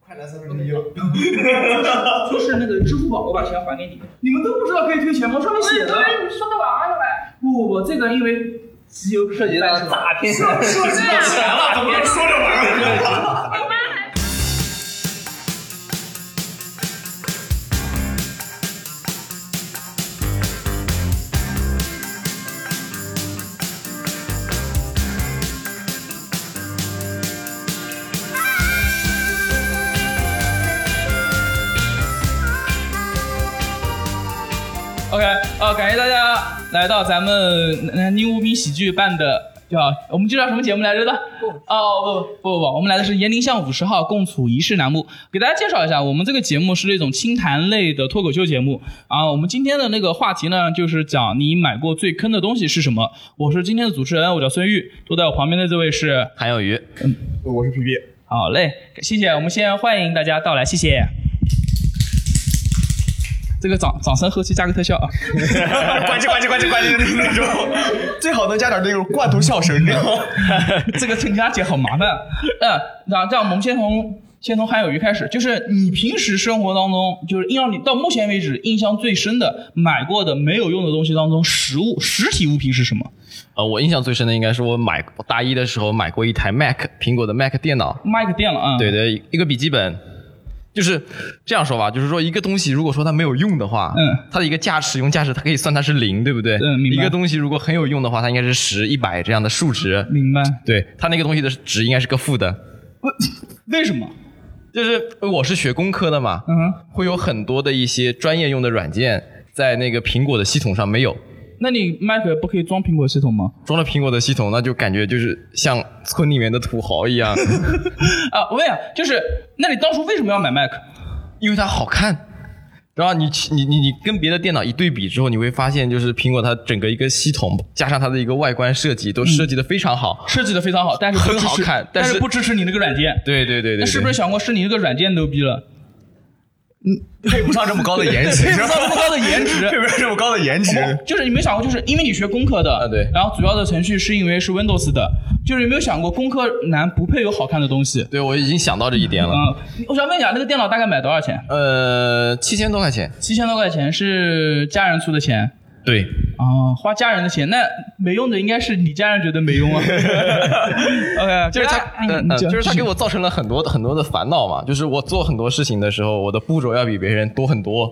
快拿身份证一 了。就是那个支付宝，我把钱还给你。你们都不知道可以退钱吗？上面写对的。对，你说的完了呗。不不不，这个因为有涉及到诈骗，说这钱了，怎么能说这玩意儿呢？我妈还 OK，啊，感谢大家来到咱们南京无名喜剧办的叫我们这叫什么节目来着的？哦，不不不不，我们来的是延陵巷五十号共处一室栏目，给大家介绍一下，我们这个节目是那种清谈类的脱口秀节目啊。我们今天的那个话题呢，就是讲你买过最坑的东西是什么。我是今天的主持人，我叫孙玉，坐在我旁边的这位是韩有鱼，我是皮皮，嗯好嘞，谢谢，我们先欢迎大家到来，谢谢。这个掌掌声后期加个特效啊！ 关机关机关机关机那种， 最好能加点那种罐头笑声，这样。 这个请大姐好麻烦。嗯，那这样我们先从先从韩有鱼开始，就是你平时生活当中，就是印象里到目前为止印象最深的买过的没有用的东西当中，实物实体物品是什么？呃，我印象最深的应该是我买我大一的时候买过一台 Mac，苹果的 Mac 电脑，麦克电了啊！对的，一个笔记本。就是这样说吧，就是说一个东西如果说它没有用的话，嗯，它的一个价使用价值它可以算它是零，对不对？嗯明一白个东西如果很有用的话，它应该是十、一百这样的数值，明白。 对，它那个东西的值应该是个负的。 为什么？就是我是学工科的嘛，嗯，会有很多的一些专业用的软件在那个苹果的系统上没有，那你麦克不可以装苹果系统吗？装了苹果的系统，那就感觉就是像村里面的土豪一样， 啊，我问一下， 就是那你当初为什么要买麦克？因为它好看。然后你去你你你跟别的电脑一对比之后，你会发现就是苹果它整个一个系统加上它的一个外观设计都设计的非常好。设计的非常好，但是不很支好持看但但是不支持你那个软件。对对对对那对，是不是想过是你那个软件牛逼了？配不上这么高的颜 值，配不上那么高的颜值，配不上这么高的 颜值。就是你没有想过，就是因为你学工科的，啊对然后主要的程序是因为是 Windows 的，就是有没有想过工科男不配有好看的东西？对我已经想到这一点了。嗯，我想问一下，那个电脑大概买多少钱？呃，七千多块钱，七千多块钱是家人出的钱对，啊、花家人的钱，那没用的应该是你家人觉得没 用啊。OK，就是它，呃嗯呃，就是它给我我造成了很多很多的烦恼嘛。就是我做很多事情的时候，我的步骤要比别人多很多。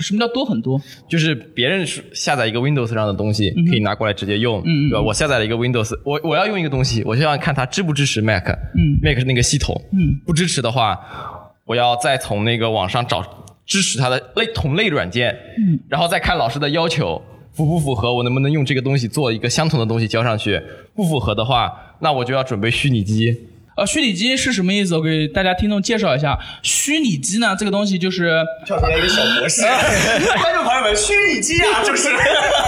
什么叫多很多？就是别人是下载一个 Windows 上的东西，可以拿过来直接用，嗯嗯对吧？我下载了一个 Windows，我我要用一个东西，我就要看它支不支持 Mac，嗯 m a c 那个系统，嗯，不支持的话，我要再从那个网上找支持它的类同类软件，嗯，然后再看老师的要求符不符合，我能不能用这个东西做一个相同的东西交上去？不符合的话，那我就要准备虚拟机，呃，虚拟机是什么意思？我给大家听众介绍一下，虚拟机呢，这个东西就是跳出来一个小博士，观众朋友们，虚拟机啊，就是。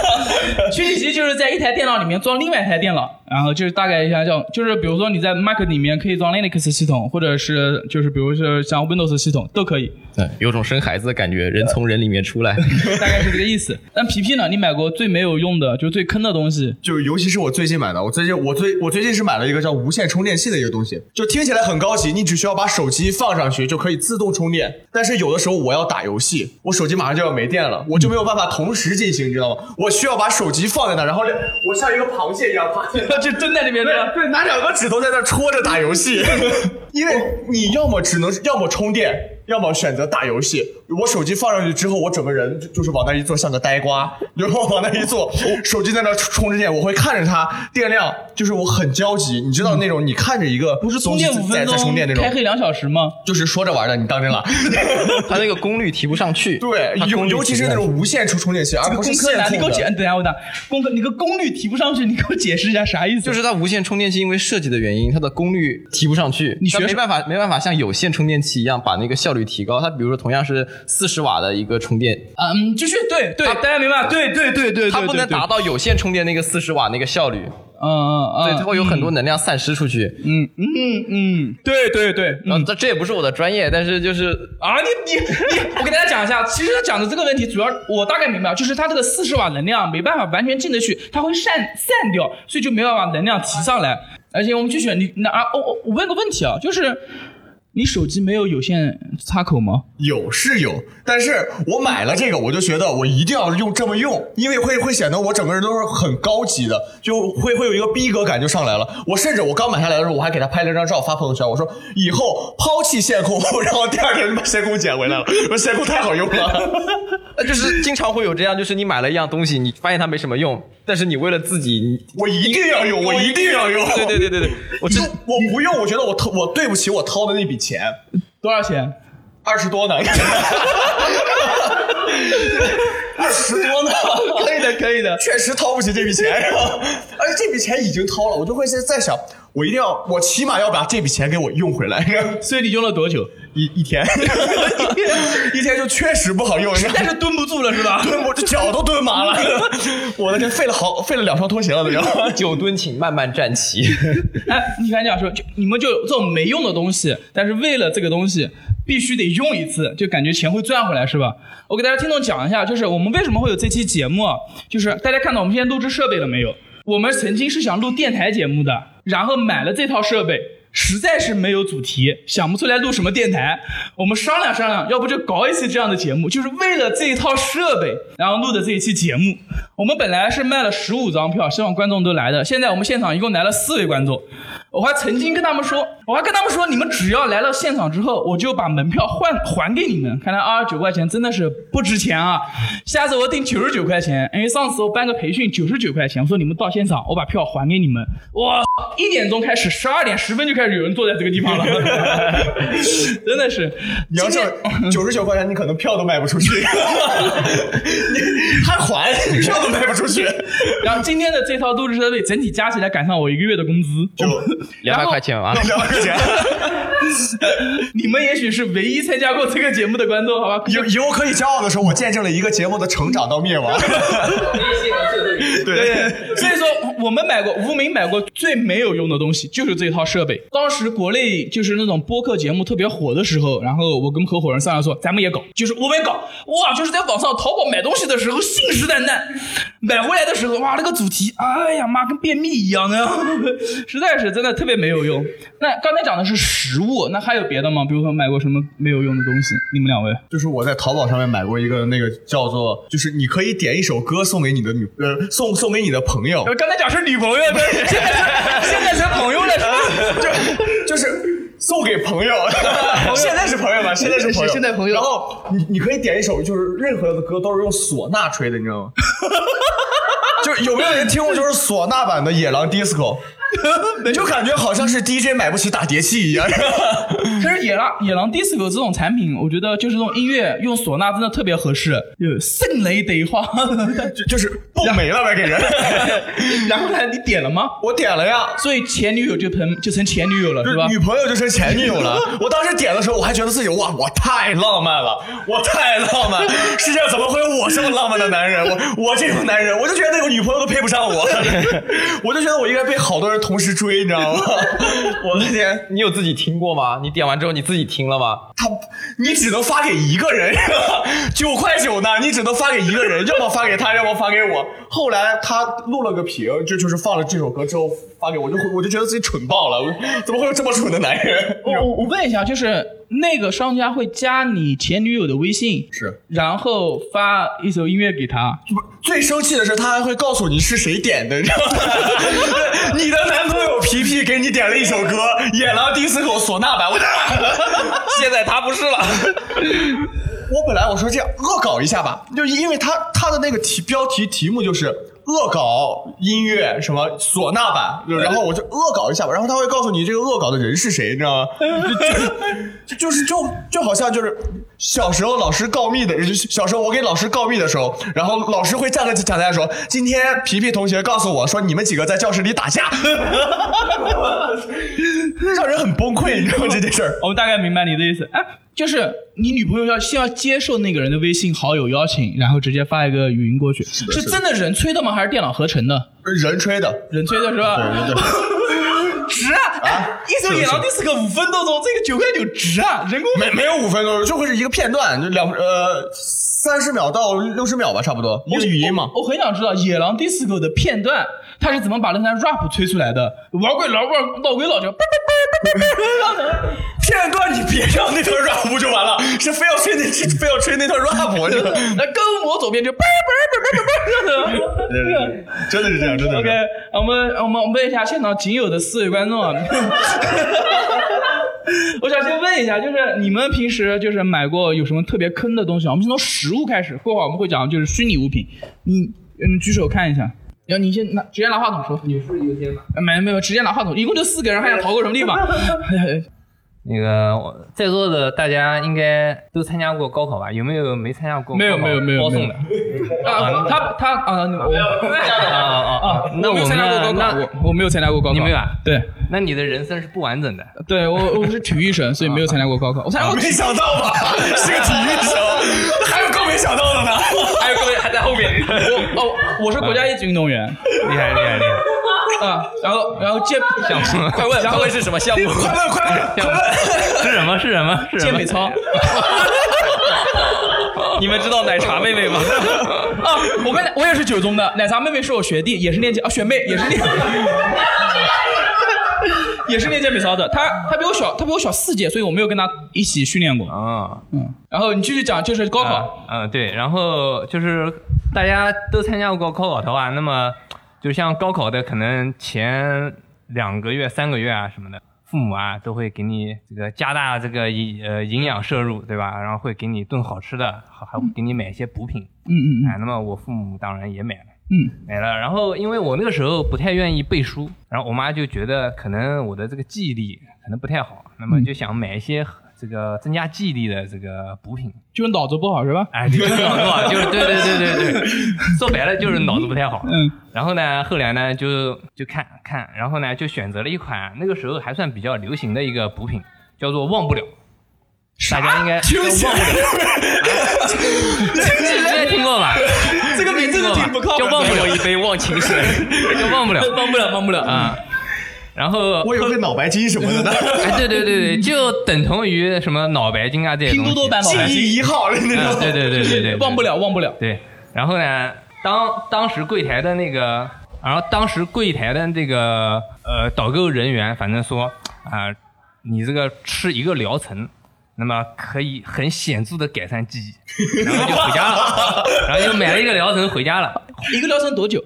虚拟机就是在一台电脑里面装另外一台电脑，然后就是大概一下叫，就是比如说你在 Mac 里面可以装 Linux 系统，或者是就是比如说像 Windows 系统都可以，对，有种生孩子的感觉，人从人里面出来。 大概是这个意思。 但皮皮呢，你买过最没有用的，就是最坑的东西，就是尤其是我最近买的，我最近我最我最近是买了一个叫无线充电器的一个东西，就听起来很高级，你只需要把手机放上去就可以自动充电。但是有的时候我要打游戏，我手机马上就要没电了，我就没有办法同时进行，你知道吗？我需要把手机放在那儿，然后两我像一个螃蟹一样趴在那儿。 就蹲在那边的。 对，拿两个指头在那儿戳着打游戏， 因为你要么只能要么充电，要么选择打游戏。我手机放上去之后，我整个人就就是往那一坐，像个呆瓜，然后往那一哦坐，手机在那儿充着电，我会看着它电量，就是我很焦急，你知道那种你看着一个不是充电东西五分在在充钟电那，开种，黑两小时吗？就是说着玩的，你当真了？ 它那个功率提不上去。对它，尤功率尤其是那种无线充充电器，而这个不是功课线男，你控给我的解，等一下我等，功课你个功率提不上去，你给我解释一下啥意思？就是它无线充电器，因为设计的原因，它的功率提不上去。你学它没什办法，没办法像有线充电器一样把那个效率提高。它比如说同样是四十瓦的一个充电，嗯，继续对对，他大家明白？对对对对，它对不能达，到有线充电那个四十瓦那个效率，对嗯嗯对，嗯，它会有很多能量散失出去。 嗯嗯嗯，对对对，嗯然后啊这这也不是我的专业，但是就是啊，你你你，我给大家讲一下，其实他讲的这个问题，主要我大概明白，就是他这个四十瓦能量没办法完全进得去，它会散散掉，所以就没有把能量提上来。而且我们去选你那啊，我、我我问个问题啊，就是你手机没有有线插口吗？有是有，但是我买了这个，我就觉得我一定要用这么用，因为会会显得我整个人都是很高级的，就会会有一个逼格感就上来了。我甚至我刚买下来的时候，我还给他拍了张照发朋友圈，我说以后抛弃线控，然后第二天就把线控捡回来了，我说线控太好用 了。那呃就是经常会有这样，就是你买了一样东西，你发现它没什么用，但是你为了自己，你我一定要用，我一定要用。对对对对对，我就真我不用，我觉得我掏我对不起我掏的那笔钱，多少钱？二十多呢， 二十多 呢，可以的，可以的。确实掏不起这笔钱，然后而且这笔钱已经掏了，我就会现在在想，我一定要，我起码要把这笔钱给我用回来，所以你用了多久？一一 天，一天就确实不好用，实但是蹲不住了是吧？ 蹲，我这脚都蹲麻 了，我的天，费了好费了两双拖鞋了都要。九吨请慢慢站起， 哎，你敢讲说，就你们就有这种没用的东西，但是为了这个东西必须得用一次，就感觉钱会赚回来，是吧？我给大家听众讲一下，就是我们为什么会有这期节目啊，就是大家看到我们现在录制设备了没有？我们曾经是想录电台节目的，然后买了这套设备。实在是没有主题，想不出来录什么电台，我们商量商量，要不就搞一期这样的节目，就是为了这一套设备，然后录的这一期节目。我们本来是卖了十五张票，希望观众都来的，现在我们现场一共来了四位观众，我还曾经跟他们说，我还跟他们说，你们只要来到现场之后，我就把门票换还给你们。看来二十九块钱真的是不值钱啊！下次我定九十九块钱，因为上次我办个培训九十九块钱，我说你们到现场，我把票还给你们。哇，一点钟开始，十二点十分就开始有人坐在这个地 方了，真的是。你要今天 挣九十九块钱， 你可能票都卖不出去，你还还票都卖不出去， 然后今天的这套录制设备整体加起来赶上我一个月的工资，就 两百块钱啊！两万块钱。 你们也许是唯一参加过这个节目的观众，好 吧？以以后可以骄傲的说，我见证了一个节目的成长到灭亡。对，所以说，我们买过无名买过最没有用的东西就是这套设备。当时国内就是那种播客节目特别火的时候，然后我跟合伙人商量说，咱们也搞，就是我们也搞，哇，就是在网上淘宝买东西的时候信誓旦旦，买回来的时候，哇，那个主题，哎呀妈，跟便秘一样的， 实在是真的特别没有用。那刚才讲的是食物，那还有别的吗？比如说买过什么没有用的东西？ 你们两位？就是我在淘宝上面买过一个那个叫做，就是你可以点一首歌送给你的女呃送送给你的朋友，刚才讲是女朋友，现在 是现在成朋友了，是吧？ 就就是送给 朋友，现在是朋友吧， 现在是朋友，现在朋友然后你你可以点一首，就是任何的歌都是用唢呐吹的，你知道吗？ 就是有没有人听过就是唢呐版的《野狼 DISCO》？就感觉好像是 DJ 买不起打碟器一样。但是野狼野狼 disco 这种产品，我觉得就是这种音乐用唢呐真的特别合适，有圣雷得花。 就就是蹦没了呗，给人。 然后呢，你点了吗？我点了呀，所以前女友就成就成前女友了，就是吧？女朋友就成前女友 了。我当时点的时候，我还觉得自己哇，我太浪漫了，我太浪漫，世界上怎么会有我这么浪漫的男人？我 我这种男人，我就觉得那个女朋友都配不上我， 我就觉得我应该被好多人同时追，你知道吗？ 我的天，你有自己听过吗？你点完之后你自己听了吗？他你只能发给一个人， 九块九呢，你只能发给一个人，要么发给他，要么发给我。后来他录了个屏，就就是放了这首歌之后发给我，就我就觉得自己蠢爆了，我怎么会有这么蠢的男人？我我我问一下，就是那个商家会加你前女友的微信，是，然后发一首音乐给她，最生气的是，他还会告诉你是谁点的，你知道吗？ 你的男朋友皮皮给你点了一首歌《野狼迪斯科唢呐版》，我 现在他不是了，我本来我说这样恶搞一下吧， 就因为他他的那个题标题题目就是恶搞音乐什么唢呐版，就然后我就恶搞一下吧，然后他会告诉你这个恶搞的人是谁，你知道吗？ 就就就是就就好像就是小时候老师告密的，小时候我给老师告密的时候，然后老师会站在讲台上说，今天皮皮同学告诉我说你们几个在教室里打架， 让人很崩溃，你知道吗？这件事儿。我大概明白你的意思。哎，就是你女朋友要先要接受那个人的微信好友邀请，然后直接发一个语音过去，是是的真的人吹的吗？还是电脑合成的？人吹的，人吹的是吧？人吹的。值啊！哎一首是野狼是 disco 五分多钟，这个九块九值啊！人工没没有五分钟，就会是一个片段，就两呃三十秒到六十秒吧，差不多一个语音嘛。我很想知道野狼 disco 的片段，他是怎么把那段 rap 吹出来的？玩鬼老玩闹鬼老叫，片段你别让那段 rap 不就完了？ 是非要吹那是非要吹那段 rap，我觉得那跟我左边就叭叭叭叭叭叭。真的是真的是这样，真的是 OK，这样。我们我们我们问一下现场仅有的四位观众啊。我想先问一下，就是你们平时就是买过有什么特别坑的东西吗？我们先从实物开始，过会儿我们会讲就是虚拟物品。你嗯，举手看一下。然后你先拿，直接拿话筒说。女士优先吧。没有没有，直接拿话筒。一共就四个人，还想逃过什么地方？那个我在座的大家应该都参加过高考吧？有没有没参加过高考？没有没有没有包送的 啊，他他啊，我啊啊啊啊啊！，那我没有我参们加过高呢考，那我我没有参加过高考。你没有啊？对那你的人生是不完整的。对，我我是体育生，所以没有参加过高考。我参加过没想到吧，是个体育生， 还有更没想到的呢。 还有各位还在后面，我哦，我是国家一级运动员厉害厉害厉害！啊，然后然后健想 快问，然后是什么 项目？快问快问快问！是什么？是什么？是什健么 美？操 你们知道奶茶妹妹吗？啊，我跟我也是九中的，奶茶妹妹是我学弟，也是练健啊学妹也是练， 也是练健美操的，她她比我小，她比我小四届，所以我没有跟她一起训练过。嗯啊，然后你继续讲，就是高考，嗯、嗯对，然后就是大家都参加过高考的话，那么就像高考的可能前两个月、三个月啊什么的，父母啊都会给你这个加大这个营呃营养摄入，对吧？然后会给你炖好吃的，还还会给你买一些补品。嗯嗯哎，那么我父母当然也买了。嗯没了。哎然后因为我那个时候不太愿意背书，然后我妈就觉得可能我的这个记忆力可能不太好，那嗯么就想买一些这个增加记忆力的这个补品。嗯，就是脑子不好是吧？哎，就是脑子好，就是对对对对对，说白了就是脑子不太好。嗯 然后呢，后来呢就就看看，然后呢就选择了一款那个时候还算比较流行的一个补品，叫做忘不了。大家啊应该都忘不了，应该听过吧？这个名字就挺不靠就忘不了，一杯忘情 水。就忘不了。忘不了，忘不了啊！啊，然后我以为脑白金什么的 呢，哎，对对对对，就等同于什么脑白金啊这些拼东西。多多版脑白记金，忆一号那嗯种。对对对对对，忘不。了，忘不了。对，然后呢，当当时柜台的那个，然后当时柜台的这个呃导购人员，反正说啊、你这个吃一个疗程。那么可以很显著的改善记忆， 然后就回家了，然后就买了一个疗程回家了，一个疗程多久？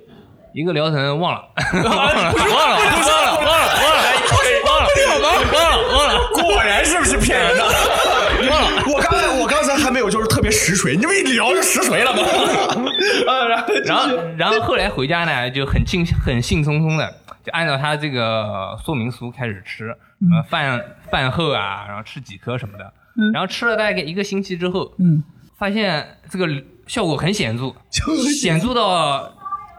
一个疗程忘了，忘了，忘了，忘了，忘了，忘了，忘了，忘了，忘了。果然是不是骗人的？我刚才我刚才还没有就是特别实锤，你这么一聊就实锤了吗？啊，然后然后，然后后来回家呢，就很兴很兴冲冲的，就按照他这个说明书开始吃，呃，饭饭后啊，然后吃几颗什么的，然后吃了大概一个星期之后，嗯，发现这个效果很显著，显著到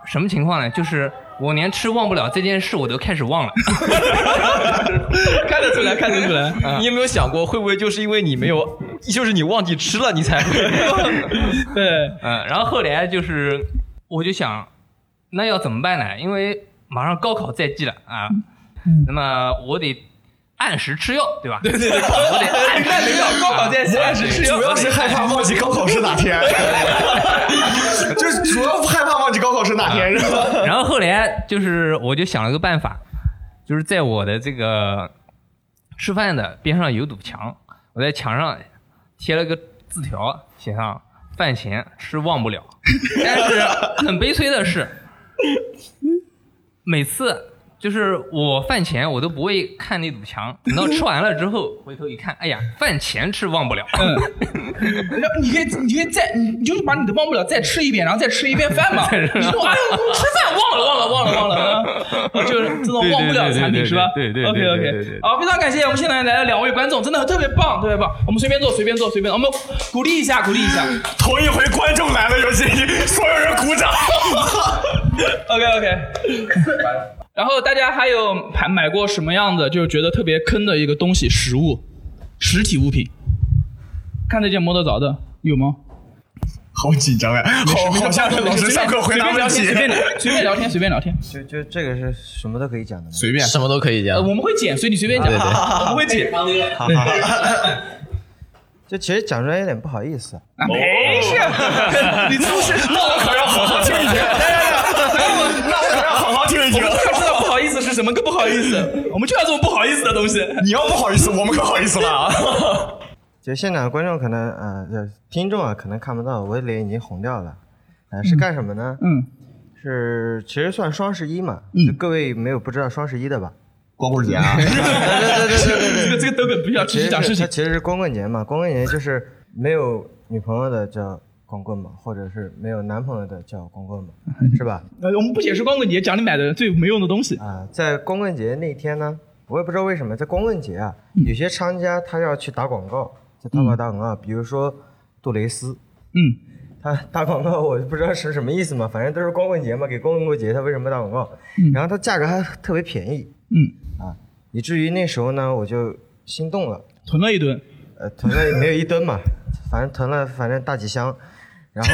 什么情况呢？就是我连吃忘不了这件事我都开始忘了，看得出来，看得 出来。嗯你有没有想过，会不会就是因为你没 有， 就是你忘记吃了，你才会？ 对，嗯，然后后来就是我就想，那要怎么办呢？因为马上高考在即了啊，嗯那么我得按时吃药，对吧？对对对， 我得按时吃药。 啊高考在即按时吃药主要是害怕忘记高考是 哪天，就是主要害怕忘记高考是哪天，是吧？啊 然后后来就是我就想了个办法，就是在我的这个吃饭的边上有堵墙，我在墙上贴了个字条，写上“饭前吃忘不了”。但是很悲催的是，每次就是我饭前我都不会看那堵墙，等到吃完了之后回头一看，哎呀，饭前吃忘不了。 嗯 然后你可以，你可以再，你你就是把你的忘不了再吃一遍，然 后再吃一遍饭嘛。你说哎呦，吃饭忘了，忘了，忘了，忘了，啊就是这种忘不了的产品是吧？对对对 OK 对对对对 OK，对对好，非常感谢我们现在来的两位观众，真的特别棒，特别棒。我们随便坐，随便坐，随便，我们鼓励一下，鼓励一下。头一回观众来了，有些所有人鼓 掌。 OK OK。然后大家还有还买过什么样的就是觉得特别坑的一个东西，实物、实体物品，看得见摸得着的有吗？好紧张呀，好好像老师上课回答问题随，便随便聊天，随便聊天。就就这个是什么都可以讲的吗？随便什么都可以呃，讲。我们会剪，所以你随便讲，对对我们会剪。就其实讲出来有点不好意思。啊没事，你出事，那我可要好好听一听。那我可要好好听一听。知道不好意思，思是什么个不好意思？我们就要这种不好意思的东西。你要不好意思，我们可好意思了啊。就现场观众可能呃，就听众啊可能看不到，我的脸已经红掉了，呃，是干什么呢？嗯，是其实算双十一嘛，嗯就各位没有不知道双十一的吧？光棍节啊，对对对对对这个这个都梗不要其实继续是讲事情它。其实是光棍节嘛，光棍节就是没有女朋友的叫光棍嘛，或者是没有男朋友的叫光棍嘛，是吧？呃，我们不解释光棍节，讲你买的最没用的东西。啊、在光棍节那天呢，我也不知道为什么，在光棍节啊，嗯有些商家他要去打广告，在淘宝打广告，比如说杜蕾斯，嗯他打广告，我不知道是什么意思嘛，反正都是光棍节嘛，给光棍节他为什么打广告？然后它价格还特别便宜，嗯，啊以至于那时候呢，我就心动了，囤了一顿，呃，囤了也没有一吨嘛， 反正囤了反正大几箱，然后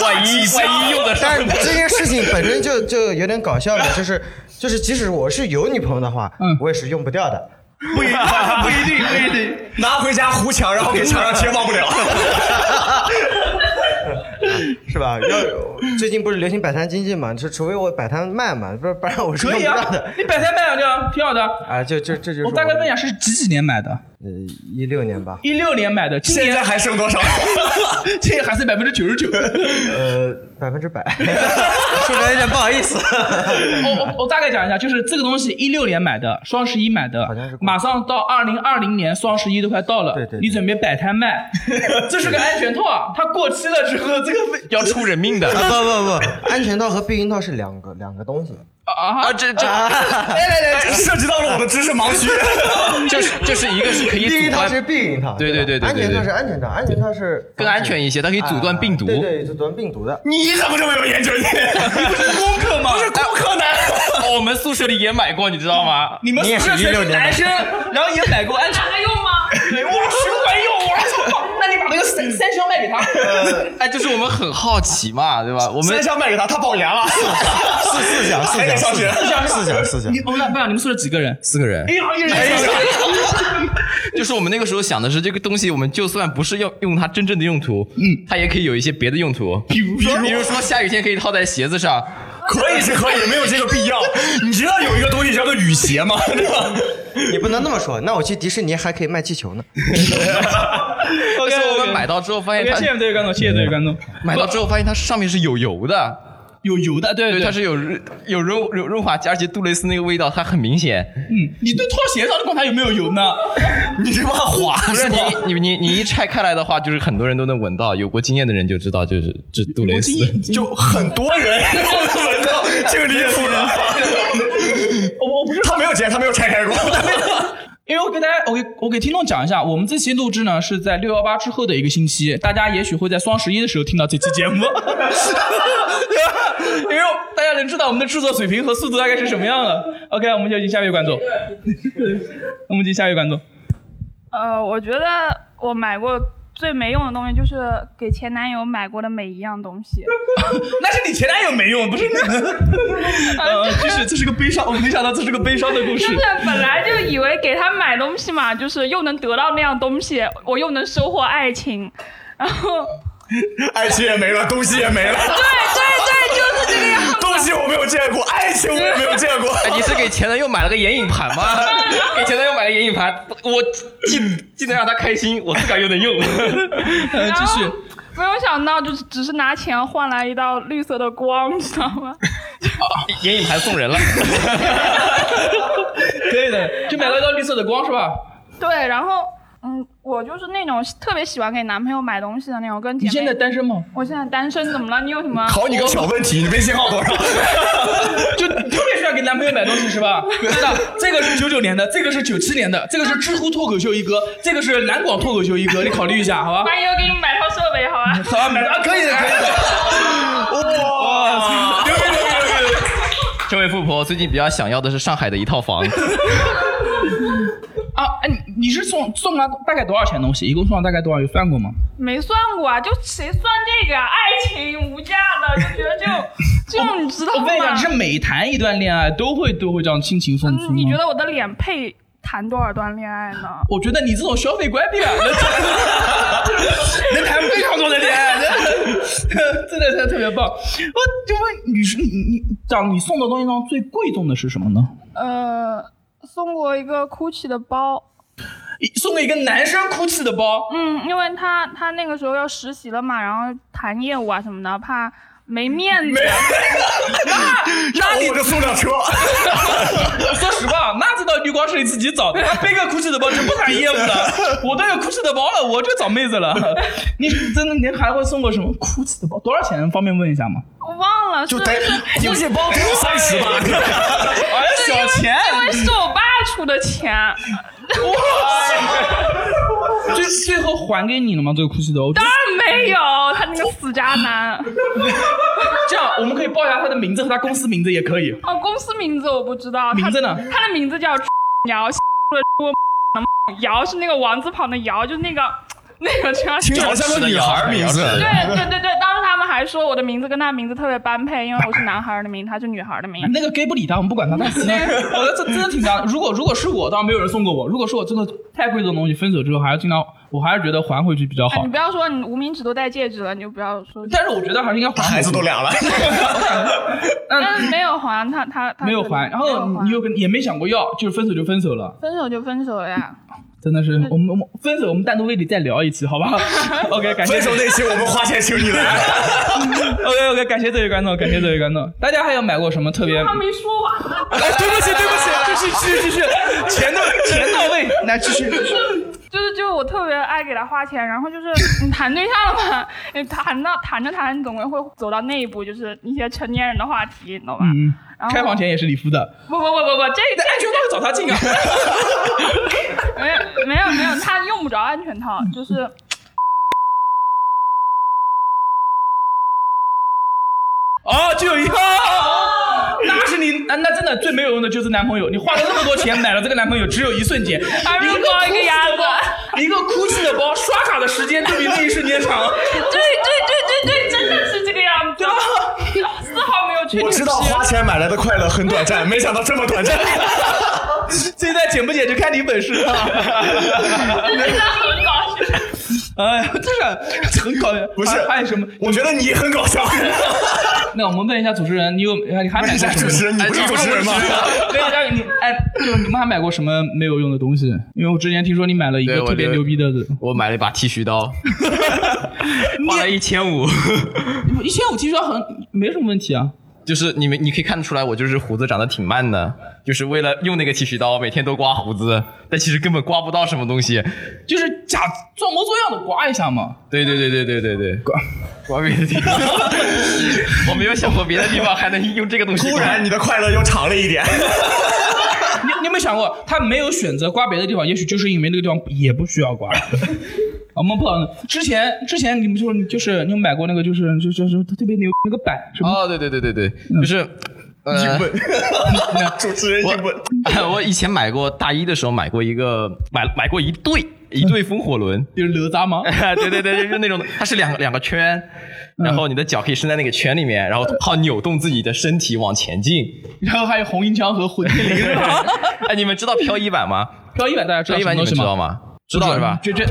万一万一用得但上是呢？这件事情本身就就有点搞笑嘛，就是就是即使我是有女朋友的话，嗯我也是用不掉的。不一定，不一定，不一定。拿回家糊墙，然后给墙上贴忘不了。 是吧？要最近不是流行摆摊经济嘛？是除非我摆摊卖嘛，不是不然我是可用以不到的。啊，你摆摊卖两条，挺好的。啊，就就这就是我大概问一下，是几几年买的？呃，一六年吧，一六年买的，今现年在还 剩多少？这还是百分之九十九。呃，百分之 百，说出来有点不好意思。我我我大概讲一下，就是这个东西一六年买的，双十一买的好像是，马上到二零二零年双十一都快到了，对对对你准备摆摊卖，这是个安全套啊，它过期了之后，这个要出人命的啊 不不不，安全套和避孕套是两个两个东西。啊啊！啊，这这哎来来来，哎涉及到了我的知识 盲区。就是就是一个是可以避孕套阻断是避孕套，对对对对对安全套是安全套，安全套是更安全一些，它可以阻断病毒。啊对对，阻断病毒的。你怎么这么有研 究？你不是功课 吗？不是功课难。哦我们宿舍里也买过，你知道吗？哎 你们宿舍全是 男生，然后也买过安全拿来用吗？对，我说什么玩意儿？我操！ 那你把嗯那个三三箱卖给他。呃呃 哎，就是我们很好奇嘛，对吧？我三们箱卖给他，他爆凉了。四四讲四还讲得上学四讲四讲四讲你，我们俩哦不想，你们宿舍几个人？四个人，一人一人。 就是我们那个时候想的是，这个东西我们就算不是要用它真正的用途，嗯，它也可以有一些别的用途，比如说，比如说下雨天可以套在鞋子上，可以是可以，没有这个必要。你知道有一个东西叫做雨鞋吗？对吧你不能那么说。那我去迪士尼还可以卖气球呢。 但是我们买到之后发现谢它谢这位观众，谢谢这位观众。买到之后发现它上面是有油的，有油的，对对，它对。是有润有润有润滑剂，而且杜蕾斯那个味道它很明显，嗯，你对拖鞋上的管它有没有油呢？ 你这妈滑不是是吗？ 你你你你一拆开来的话，就是很多人都能闻到，有过经验的人就知道，就是这杜蕾斯。就很多人闻到这个离谱了。我我不是，他没有剪，他没有拆开过。因为我给大家，我给我给听众讲一下，我们这期录制呢是在六幺八之后的一个星期，大家也许会在双十一的时候听到这期节目， 对吧？因为大家能知道我们的制作水平和速度大概是什么样了。OK，我们就进下一位观众，我们进下一位观众。 呃，我觉得我买过最没用的东西就是给前男友买过的每一样东西。 那是你前男友没用，不 是你。呃，这是这是个悲伤，我没想到这是个悲伤的故就事是。本来就以为给他买东西嘛，就是又能得到那样东西，我又能收获爱情，然后爱情也没了，东西也没了。对对对，就是这个样子。东西我没有见过，爱情我也没有见过。哎，你是给前男友买了个眼影盘 吗？给前男友买了眼影盘，我既既能让他开心，我自个儿又能用。 呃，继续然。后没有想到，就是只是拿钱换来一道绿色的光，你知道吗？ 眼影盘送人了， 可以的，就买了一道绿色的光是吧？对，然后嗯，我就是那种特别喜欢给男朋友买东西的那种，跟姐你妹。现在单身吗？我现在单身，怎么了？你有什么？考你个小 问题，你微信号多少？ 就你特别喜欢给男朋友买东西是吧？是的，这个是九九年的，这个是九七年的，这个是知乎脱口秀一哥，这个是南广脱口秀一哥，你考虑一下好吧？万一我给你们买套设备，好吧？好吧，买啊，可以的，可以的。哦哇！这位富婆最近比较想要的是上海的一套房， 啊，哎，你你是送送了大概多少钱东西？一共送了大概多少？有算过吗？ 没算过啊，就谁算这个啊？爱情无价的，就觉得 就就你知道哦我吗问一下，你？是每谈一段恋爱都会都会这样亲情奉出吗？嗯，你觉？得我的脸配谈多少段恋爱呢？我觉得你这种消费观念啊，能谈 能谈非常多的恋爱，真的真的是特别棒。我就问女生，你你像你送的东西当中最贵重的是什么呢？呃，送过一个 GUCCI 的包，送给一个男生 GUCCI 的包，嗯，因为他他那个时候要实习了嘛，然后谈业务啊什么的，怕没面 子。 那我就送辆车。说实话，那这道绿光是你自己找的，他背个 GUCCI 的包就不谈业务了。我都有 GUCCI 的包了，我就找妹子了。你真的，你还会送过什么 GUCCI 的包？多少钱？方便问一下吗？我忘了，就是得是有些包只有三十吧。 哎，小钱，因为是我爸出的钱，最最后还给你了吗？这个 GUCCI 的包，我觉得当然没有，他那个死渣男。这样我们可以报一下他的名字和他公司名字也可以。哦，公司名字我不知道，名他字呢？他的名字叫姚，的姚是那个王字旁的姚，就是那个那个这样。听起来像个女孩名字。对对对对，当时他们还说我的名字跟他名字特别般配，因为我是男孩儿的名，他是女孩儿的名。那个 gay 不理他，我们不管他。但是呢，我这真的挺渣。如果如果是我，当然没有人送过我。如果是我真的太贵重的东西，分手之后还是尽量，我还是觉得还回去比较哎好你。不要说你无名指都戴戒指了，你就不要说。但是我觉得还是应该还回去。孩子都 俩了，但嗯是没有还，他他他没有可还，然后没有还你又跟也没想过要，就是分手就分手了，分手就分手了 呀。真的是我们我们分手，我们单独为你再聊一期，好吧？OK，感谢分手那期我们花钱请你 来。 OK OK，感谢这位观众，感谢这位观众。大家还有买过什么特别？他没说完啊呢， 哎，对不起，对不起，继续，继续，继续，钱到钱到位，来继 续。就是就我特别爱给他花钱，然后就是你谈对象了嘛， 你谈到谈着谈，你总归会走到那一步，就是一些成年人的话题，你懂吧？嗯，然后开房前也是你付的，不不不不不，这但安全套找他进啊。这 没有没有没有，他用不着安全套， 就是。哦，就有一个，哦那是你，那那真的最没有用的就是男朋友。你花了那么多钱买了这个男朋友，只有一 瞬间，还不如一个装一个 Gucci 鸭的子包，一个 GUCCI 的包，刷卡的时间就比那一瞬间长。对对对对对，真的是这个样子，啊丝毫没有去。我知道花钱买来的快乐很短暂，没想到这么短 暂。这一段剪不剪就看你本事了。 真的很搞笑。哎呀，这是很搞笑。不是还还有什么？我觉得你很搞笑。 那我们问一下主持人，你有你还买过你是什么？主持人，你不是主持人吗？对啊，你哎，就是你们还买过什么没有用的东西？因为我之前听说你买了一个对我特别牛逼的，我买了一把剃须 刀，花了一千五。一千五其实很没什么问题啊。就是你们，你可以看得出来，我就是胡子长得挺慢的，就是为了用那个剃须刀，每天都刮胡子，但其实根本刮不到什么东西。就是假装模作样的刮一下嘛。对对对对对对对，刮刮别的地 方，我没有想过别的地方还能用这个东西刮。突然，你的快乐又长了一点。 你你有没有想过，他没有选择刮别的地方，也许就是因为那个地方也不需要刮。 我们不能。之前之前你们就是就是你有买过那个就是就就是特别牛那个板什么？哦，对对对对对，就是。呃， 主持人硬问， 我以前买过，大一的时候买过一个，买买过一 对一对风火轮，就是哪吒吗？ 对对对，就是那种，它是两个两个圈，嗯然后你的脚可以伸在那个圈里面，然后靠扭动自己的身体往前进。然后还有红缨枪和混天绫。 哎，你们知道漂移板吗？漂移板大家知漂道移板你什么东们西知道吗？吗？知道是吧？就这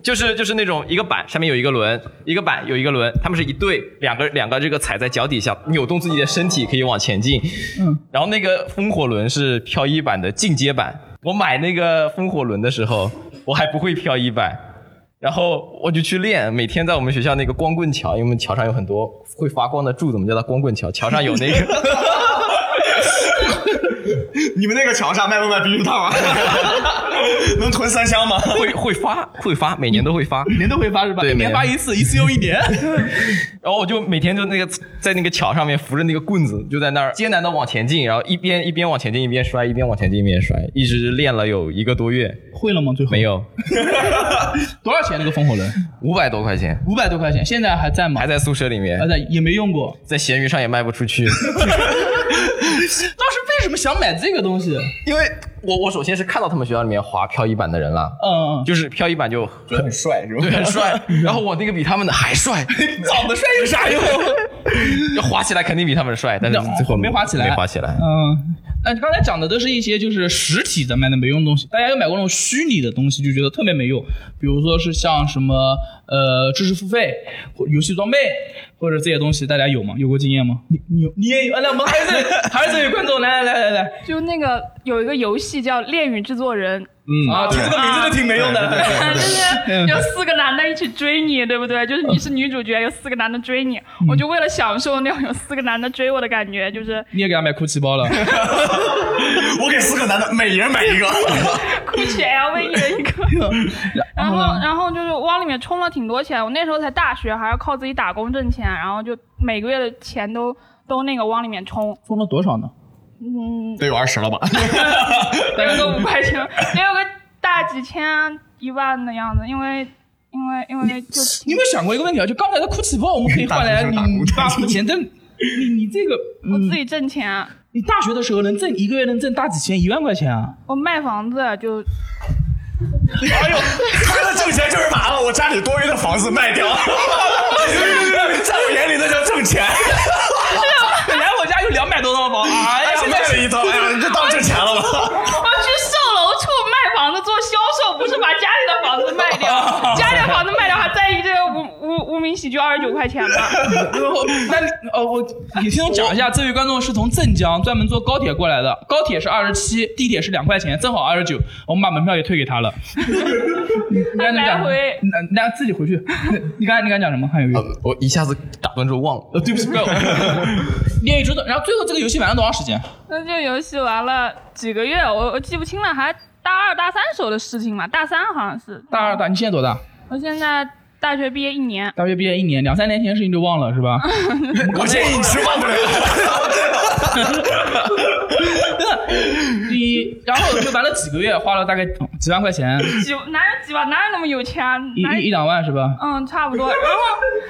就是就是那种一个板上面有一个轮，一个板有一个轮，他们是一对，两个两个这个踩在脚底下，扭动自己的身体可以往前进。嗯，然后那个风火轮是漂移板的进阶版。我买那个风火轮的时候，我还不会漂移板，然后我就去练，每天在我们学校那个光棍桥，因为我们桥上有很多会发光的柱子，我们叫它光棍桥。桥上有那个， 你们那个桥上卖不卖避孕 套啊？能囤三箱吗？会会发会发，每年都会发。年都会发是吧？对一年每年发一次，一次用一 年。然后我就每天就那个在那个桥上面扶着那个棍子，就在那儿艰难的往前进，然后一边一边往前进一边摔，一边往前进一边摔，一直练了有一个多月，会了吗？最后没有 多少钱那个风火轮？五百多块钱，五百多块钱，现在还在吗？还在宿舍里面还，在，也没用过。在闲鱼上也卖不出 去，当时为什么想买这个东西？因为我我首先是看到他们学校里面滑漂移板的人了，嗯，就是漂移板就很帅是吧？对很帅，然后我那个比他们的还帅， 长得帅有啥用？就滑起来肯定比他们帅，但是最后没滑起来，没滑起来。嗯，哎，刚才讲的都是一些就是实体的卖的没用的东西，大家有买过那种虚拟的东西就觉得特别没用，比如说是像什么呃知识付费、或游戏装备或者这些东西，大家有吗？有过经验吗？你你有你也有？啊来，我们哎还是这里还是这位观众，来来来来来，就那个有一个游戏叫《恋与制作人》，嗯啊，听这个名字就挺没用哎的，嗯就是有四个男的一起追你，对不对？就是你是女主角，有四个男的追你，嗯我就为了享受那种有四个男的追我的感觉，就是你也给他买哭泣包了， 我给四个男的每人买 一个，酷 去 LV 一人一 个。然后，然后就是往里面充了挺多钱，我那时候才大学，还要靠自己打工挣钱，然后就每个月的钱都都那个往里面充，充了多少呢？嗯，得有二十了吧？得有个五块钱，得有个大几千一万的样子，因为因为因为就你有没有想过一个问题啊？就刚才的哭泣包，我们可以换大来学你生打工爸付钱，但你你这个，我嗯自，己挣钱，啊你大学的时候能挣一个月能挣大几千，一万块钱啊？我卖房子就 哎呦，他的挣钱就是把我家里多余的房子 卖掉，在我眼里那叫挣钱。本来我家有两百多套房，哎呀，卖了一套，哎呀，这当挣钱了吧？ 我要去售楼处卖房子做销售，不是把家里的房子卖 掉，家里的房子卖掉还在意这个无无无名喜剧二十九块钱吗？然后那你呃，我给听众讲一下，这位观众是从镇江专门坐高铁过来的，高铁是二十七，地铁是两块钱，正好二十九，我们把门票也退给他了。嗯你敢来讲？回那那自己回去。 你刚才你刚才讲什么？还呃有一个。我一下子打断住忘了。呃，对不起，怪我。 练一周的，然后最后这个游戏玩了多长时间？那这游戏玩了几个月，我我记不清了，还大二大三时候的事情嘛，大三好像是。大二大，你现在多大？我现在大学毕业一 年，大学毕业一年，两三年前事情就忘了是吧？我建议你是忘不了。 你然后就玩了几个月，花了大概几万块钱， 几男人几万，哪有那么有钱？一男人一一两万是吧？嗯，差不 多。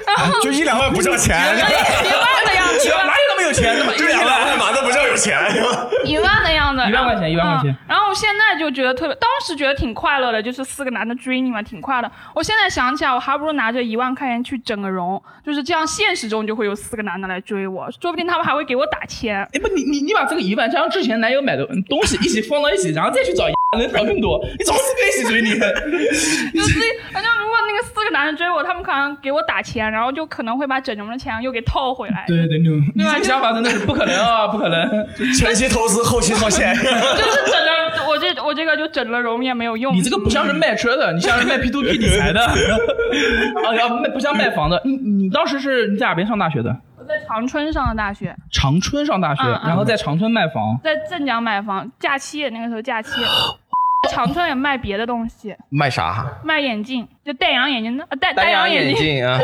然后啊就一两万不叫钱，一 万的样子， 一万有那么有钱的吗？就两万块嘛，那不叫有钱。 一万的样子，一万块钱一万块钱嗯然后我现在就觉得特别，当时觉得挺快乐的，就是四个男的追你嘛，挺快乐。我现在想起来，我还不如拿着一万块钱去整个容，就是这样，现实中就会有四个男的来追我，说不定他们还会给我打钱。哎不，你你你把这个一万加上之前男友买的东西一起放到一起，然后再去找能找更多，你找四个一起追你。 就自己，反正如果那个四个男的追我，他们可能给我打钱，然后就可能会把整容的钱又给套回来。 对对对，你吧这个想法真的是不可能啊，不可能！前期投资，后期套现。就是整 了，我这我这个就整了容也没有用。你这个不像是卖车 的，你像是卖 P to P 理财的，啊，要卖不像卖房的。你你当时是你在哪边上大学的？我在长春上的大学，长春上大学，嗯嗯然后在长春卖房。在镇江买房，假期那个时候假期， 在长春也卖别的东西，卖啥？卖眼镜，就戴阳眼镜的，呃戴丹阳阳眼镜。镜啊！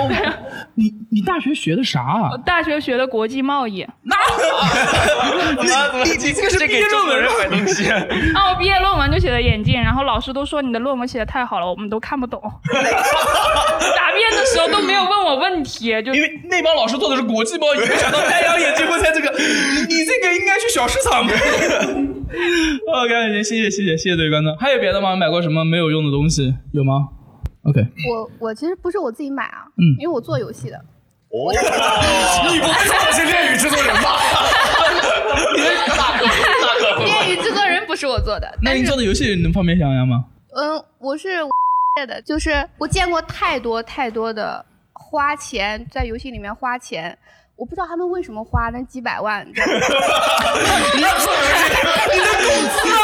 你你大学学的啥啊我？ 大学学的国际贸易，你你这个是给中国人买东西。 啊，我毕业论文就写的眼镜，然后老师都说你的论文写的太好了，我们都看不懂。 答辩的时候都没有问我问题，就因为那帮老师做的是国际贸易，没想到丹阳眼镜会在这个， 你你这个应该去小市场买。OK，谢谢谢谢谢谢这位观众。还有别的吗？买过什么没有用的东西有吗？OK，我我其实不是我自己买啊，嗯因为我做游戏的，哦你不会说我是恋与制作人 吧？恋与制作人不是我做的，那但您是做的游戏能方便讲讲吗？嗯，我是 的，就是我见过太多太多的花钱在游戏里面花钱，我不知道他们为什么花那几百万，你 知道吗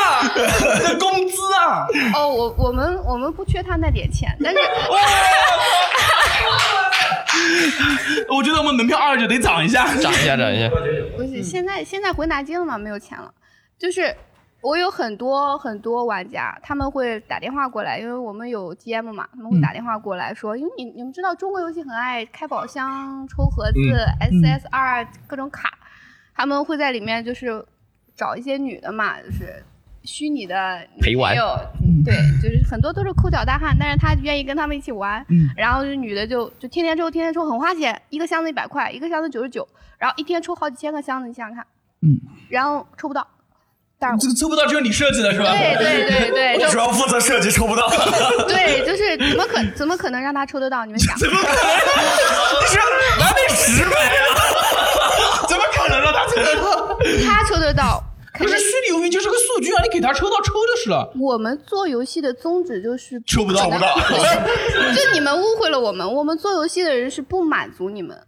啊这工资啊！哦，我我们我们不缺他那点钱，但是 我觉得我们门票二十九得涨一下。涨一下，涨一 下。不是现在现在回南京了嘛，没有钱了，就是。我有很多很多玩家，他们会打电话过来，因为我们有 GM 嘛，他们嗯会打电话过来说，因为你你们知道中国游戏很爱开宝箱、抽盒子、SSR 嗯各种卡，他们会在里面就是找一些女的嘛，就是虚拟的女陪玩朋友，嗯对，就是很多都是抠脚大汉，但是他愿意跟他们一起玩，嗯然后这女的就就天天抽，天天抽，很花钱，一个箱子一百块，一个箱子九十九，然后一天抽好几千个箱子，你想想看，嗯，然后抽不到，但这是个抽不到只有你设计的是吧？对对对对，我主就要负责设计，抽不到。 对，就是怎么可怎么可能让他抽得到？你们想， 哪里十买啊？怎么可能让他抽得到？他抽得到，可是虚拟游戏就是个数据啊，你给他抽到抽就是了。我们做游戏的宗旨就是抽不到可能抽不到 就你们误会了我们。我们做游戏的人是不满足你们，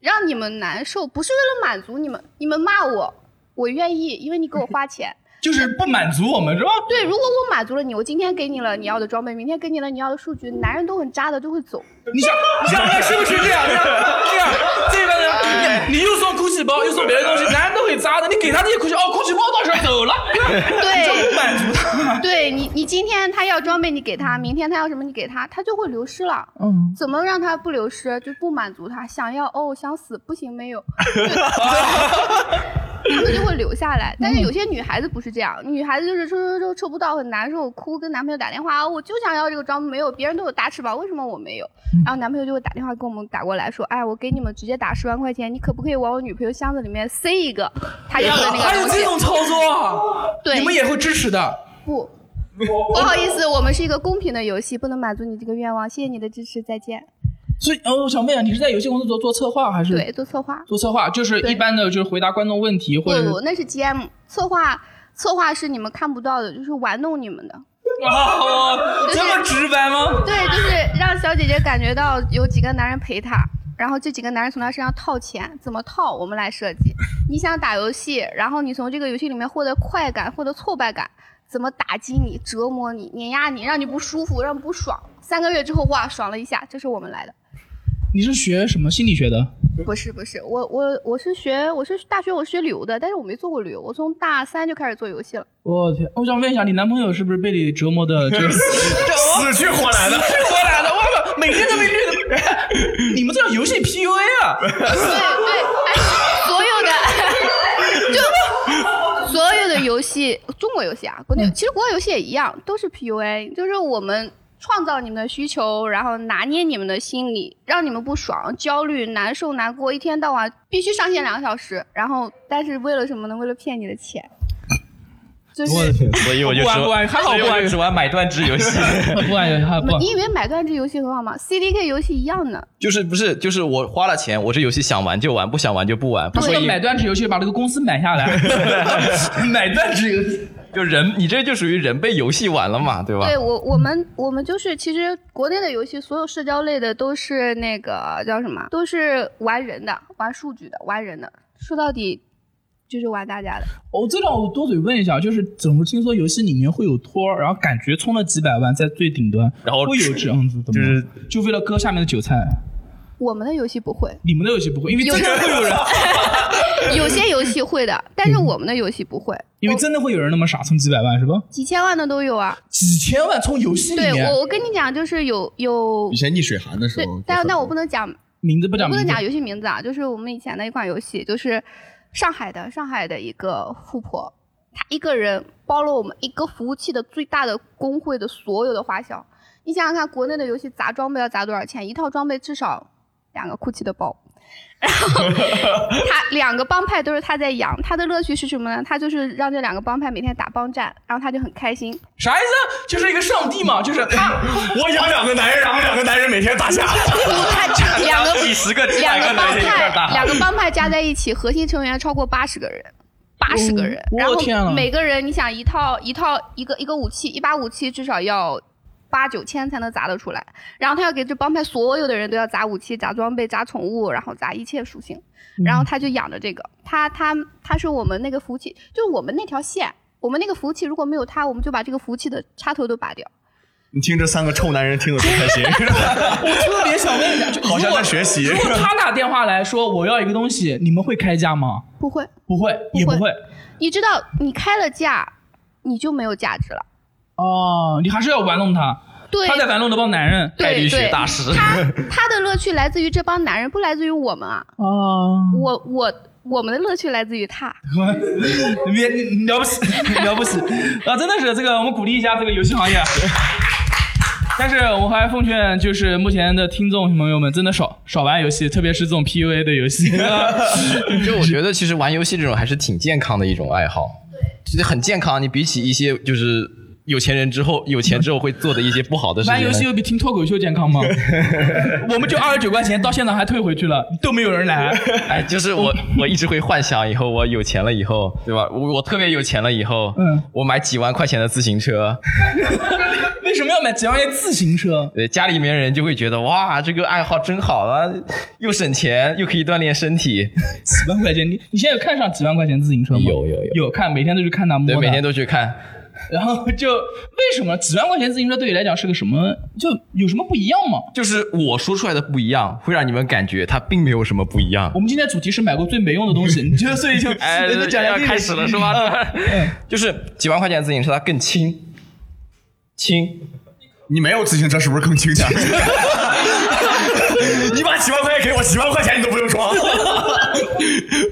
让你们难受，不是为了满足你们。你们骂我，我愿意，因为你给我花 钱。就是不满足我们是吧？对，如果我满足了你，我今天给你了你要的装备，明天给你了你要的数据，男人都很渣的，都会走。你想，你想看是不是这样？这样，这样，这个呢？你你又送 GUCCI 包，又送别的东西，男人都会渣的。你给他这些 GUCCI，哦，GUCCI 包到手走了，你就不满足他。 对你，你今天他要装备，你给他；明天他要什么，你给他，他就会流失了。嗯，怎么让他不流失？就不满足他，想要哦，想死不行， 没有，他们就会留下来。但是有些女孩子不是这样，女孩子就是抽抽抽抽不到，很难受，哭，跟男朋友打电话哦，我就想要这个装备，没有，别人都有打翅膀，为什么我没有？嗯然后男朋友就会打电话给我们打过来说，哎，我给你们直接打十万块钱，你可不可以往我女朋友箱子里面塞一个她要的那还个有东西这？种操作啊，对你们也会支持的。不，不好意思，我们是一个公平的游戏，不能满足你这个愿望。谢谢你的支持，再见。所以，呃，我想问一下，你是在游戏公司做做策划还是？对，，做策划，做策划就是一般的，就是回答观众问题不或者是不，那是 GM 策划，策划是你们看不到的，就是玩弄你们的。 啊，这么直白吗？对，就是让小姐姐感觉到有几个男人陪她，然后这几个男人从她身上套钱，怎么套我们来设计。你想打游戏，然后你从这个游戏里面获得快感，获得挫败感，怎么打击你、折磨你、碾压你，让你不舒服，让你不爽。三个月之后，哇，爽了一下，这是我们来的。你是学什么心理学的？不是不是，我我我是学我是大学我是学旅游的，但是我没做过旅游，我从大三就开始做游戏了。 我天，哦我想问一下，你男朋友是不是被你折磨的就是死去活来的死去活来的，我靠，每天都被虐的。你们这叫游戏 PUA 啊！ 对对，哎，所 有的 就所有的游戏，中国游戏啊，国内其实国外游戏也一样，都是 PUA，就是我们创造你们的需求，然后拿捏你们的心理，让你们不爽、焦虑、难受、难过，一天到晚必须上线两个小时，然后但是为了什么呢？为了骗你的钱，就是所以我就不玩只不玩还好所以我不玩就只玩买断制游戏。 不玩游戏，不玩你以为买断制游戏很好吗？CDK 游戏一样的。就是不是就是我花了钱，我这游戏想玩就玩，不想玩就不玩，不他说会要买断制游戏，把这个公司买下来。 买断制游戏，就人，你这就属于人被游戏玩了嘛，对吧？对我，我们我们就是，其实国内的游戏，所有社交类的都是那个叫什么，都是玩人的，玩数据的，玩人的。说到底，就是玩大家的。我这让我多嘴问一下，就是怎么听说游戏里面会有托儿，然后感觉充了几百万在最顶端，然后会有这样子的吗？就是就为了割下面的韭菜，我们的游戏不会，你们的游戏不会，因为有真的会有 人，嗯有些游戏会的，但是我们的游戏不会。 因为真的会有人那么傻充几百万是吧？几千万的都有啊！几千万充游戏里对面，我，我跟你讲，就是有有以，前逆水寒的时对候，，但但我不能讲名字不讲不名能字讲。游戏名字啊，就是我们以前的一款游戏，就是上海的上海的一个富婆，她一个人包了我们一个服务器的最大的工会的所有的花销。你想想看，国内的游戏砸装备要砸多少钱？一套装备至少两个 GUCCI 的包， 然后她两个帮派都是她在养。她的乐趣是什么呢？她就是让这两个帮派每天打帮战，然后她就很开心。啥意思啊？就是一个上帝嘛， 就是他，我养两个男人，然后两个男人每天打架，她两 个几十个、几两百个帮男人一块儿派，打，两个帮派加在一起，核心成员超过八十个人，八十个人。我然天啊后每个人，你想一套一套一个一个武器，一把武器至少要八九千才能砸得出来。然后他要给这帮派所有的人都要砸武器、砸装备、砸宠物，然后砸一切属性。嗯然后他就养着这个，他他他是我们那个服务器，就是我们那条线，我们那个服务器如果没有他，我们就把这个服务器的插头都拔掉。你听这三个臭男人听得多开心， 我特别想问一下，就好像如在果学习如果他打电话来说我要一个东西，你们会开价吗？不会，不会，不会也不会。你知道你开了价，你就没有价值了。哦，你还是要玩弄他，对，他在玩弄这帮男人。哎概对率学对，大师。他他的乐趣来自于这帮男人，不来自于我们啊。哦，我我我们的乐趣来自于他。 别你了不起， 了不起啊！真的是这个，我们鼓励一下这个游戏行业。 但是我还奉劝，就是目前的听众朋友们，真的少少玩游戏，特别是这种 PUA 的 游戏。 就我觉得，其实玩游戏这种还是挺健康的一种爱好，对，其实很健康。你比起一些就是有钱人之后有钱之后会做的一些不好的事情。玩游戏有比听脱口秀健 康吗？我们就二十九块钱，到现在还退回去了，都没有人来。 哎，就是我， 我一直会幻想以后我有钱了以后，对吧？我我特别有钱了以后，嗯，我买几万块钱的自行车，为什么要买几万元自行车？对，家里面人就会觉得哇，这个爱好真好啊，又省钱又可以锻炼身 体，几万块钱，你你现在有看上几万块钱自行车吗？有有有有看，每天都去看它摸对，的每天都去看。然后就为什么几万块钱自行车对你来讲是个什么？就有什么不一样吗？就是我说出来的不一样，会让你们感觉它并没有什么不一样我。们今天主题是买过最没用的东西， 你觉得所以就哎，人家讲要来开始了是 吧？就是几万块钱自行车，它更轻，轻，你没有自行车是不是更轻巧？ 你把几万块钱给我，几万块钱你都不用装。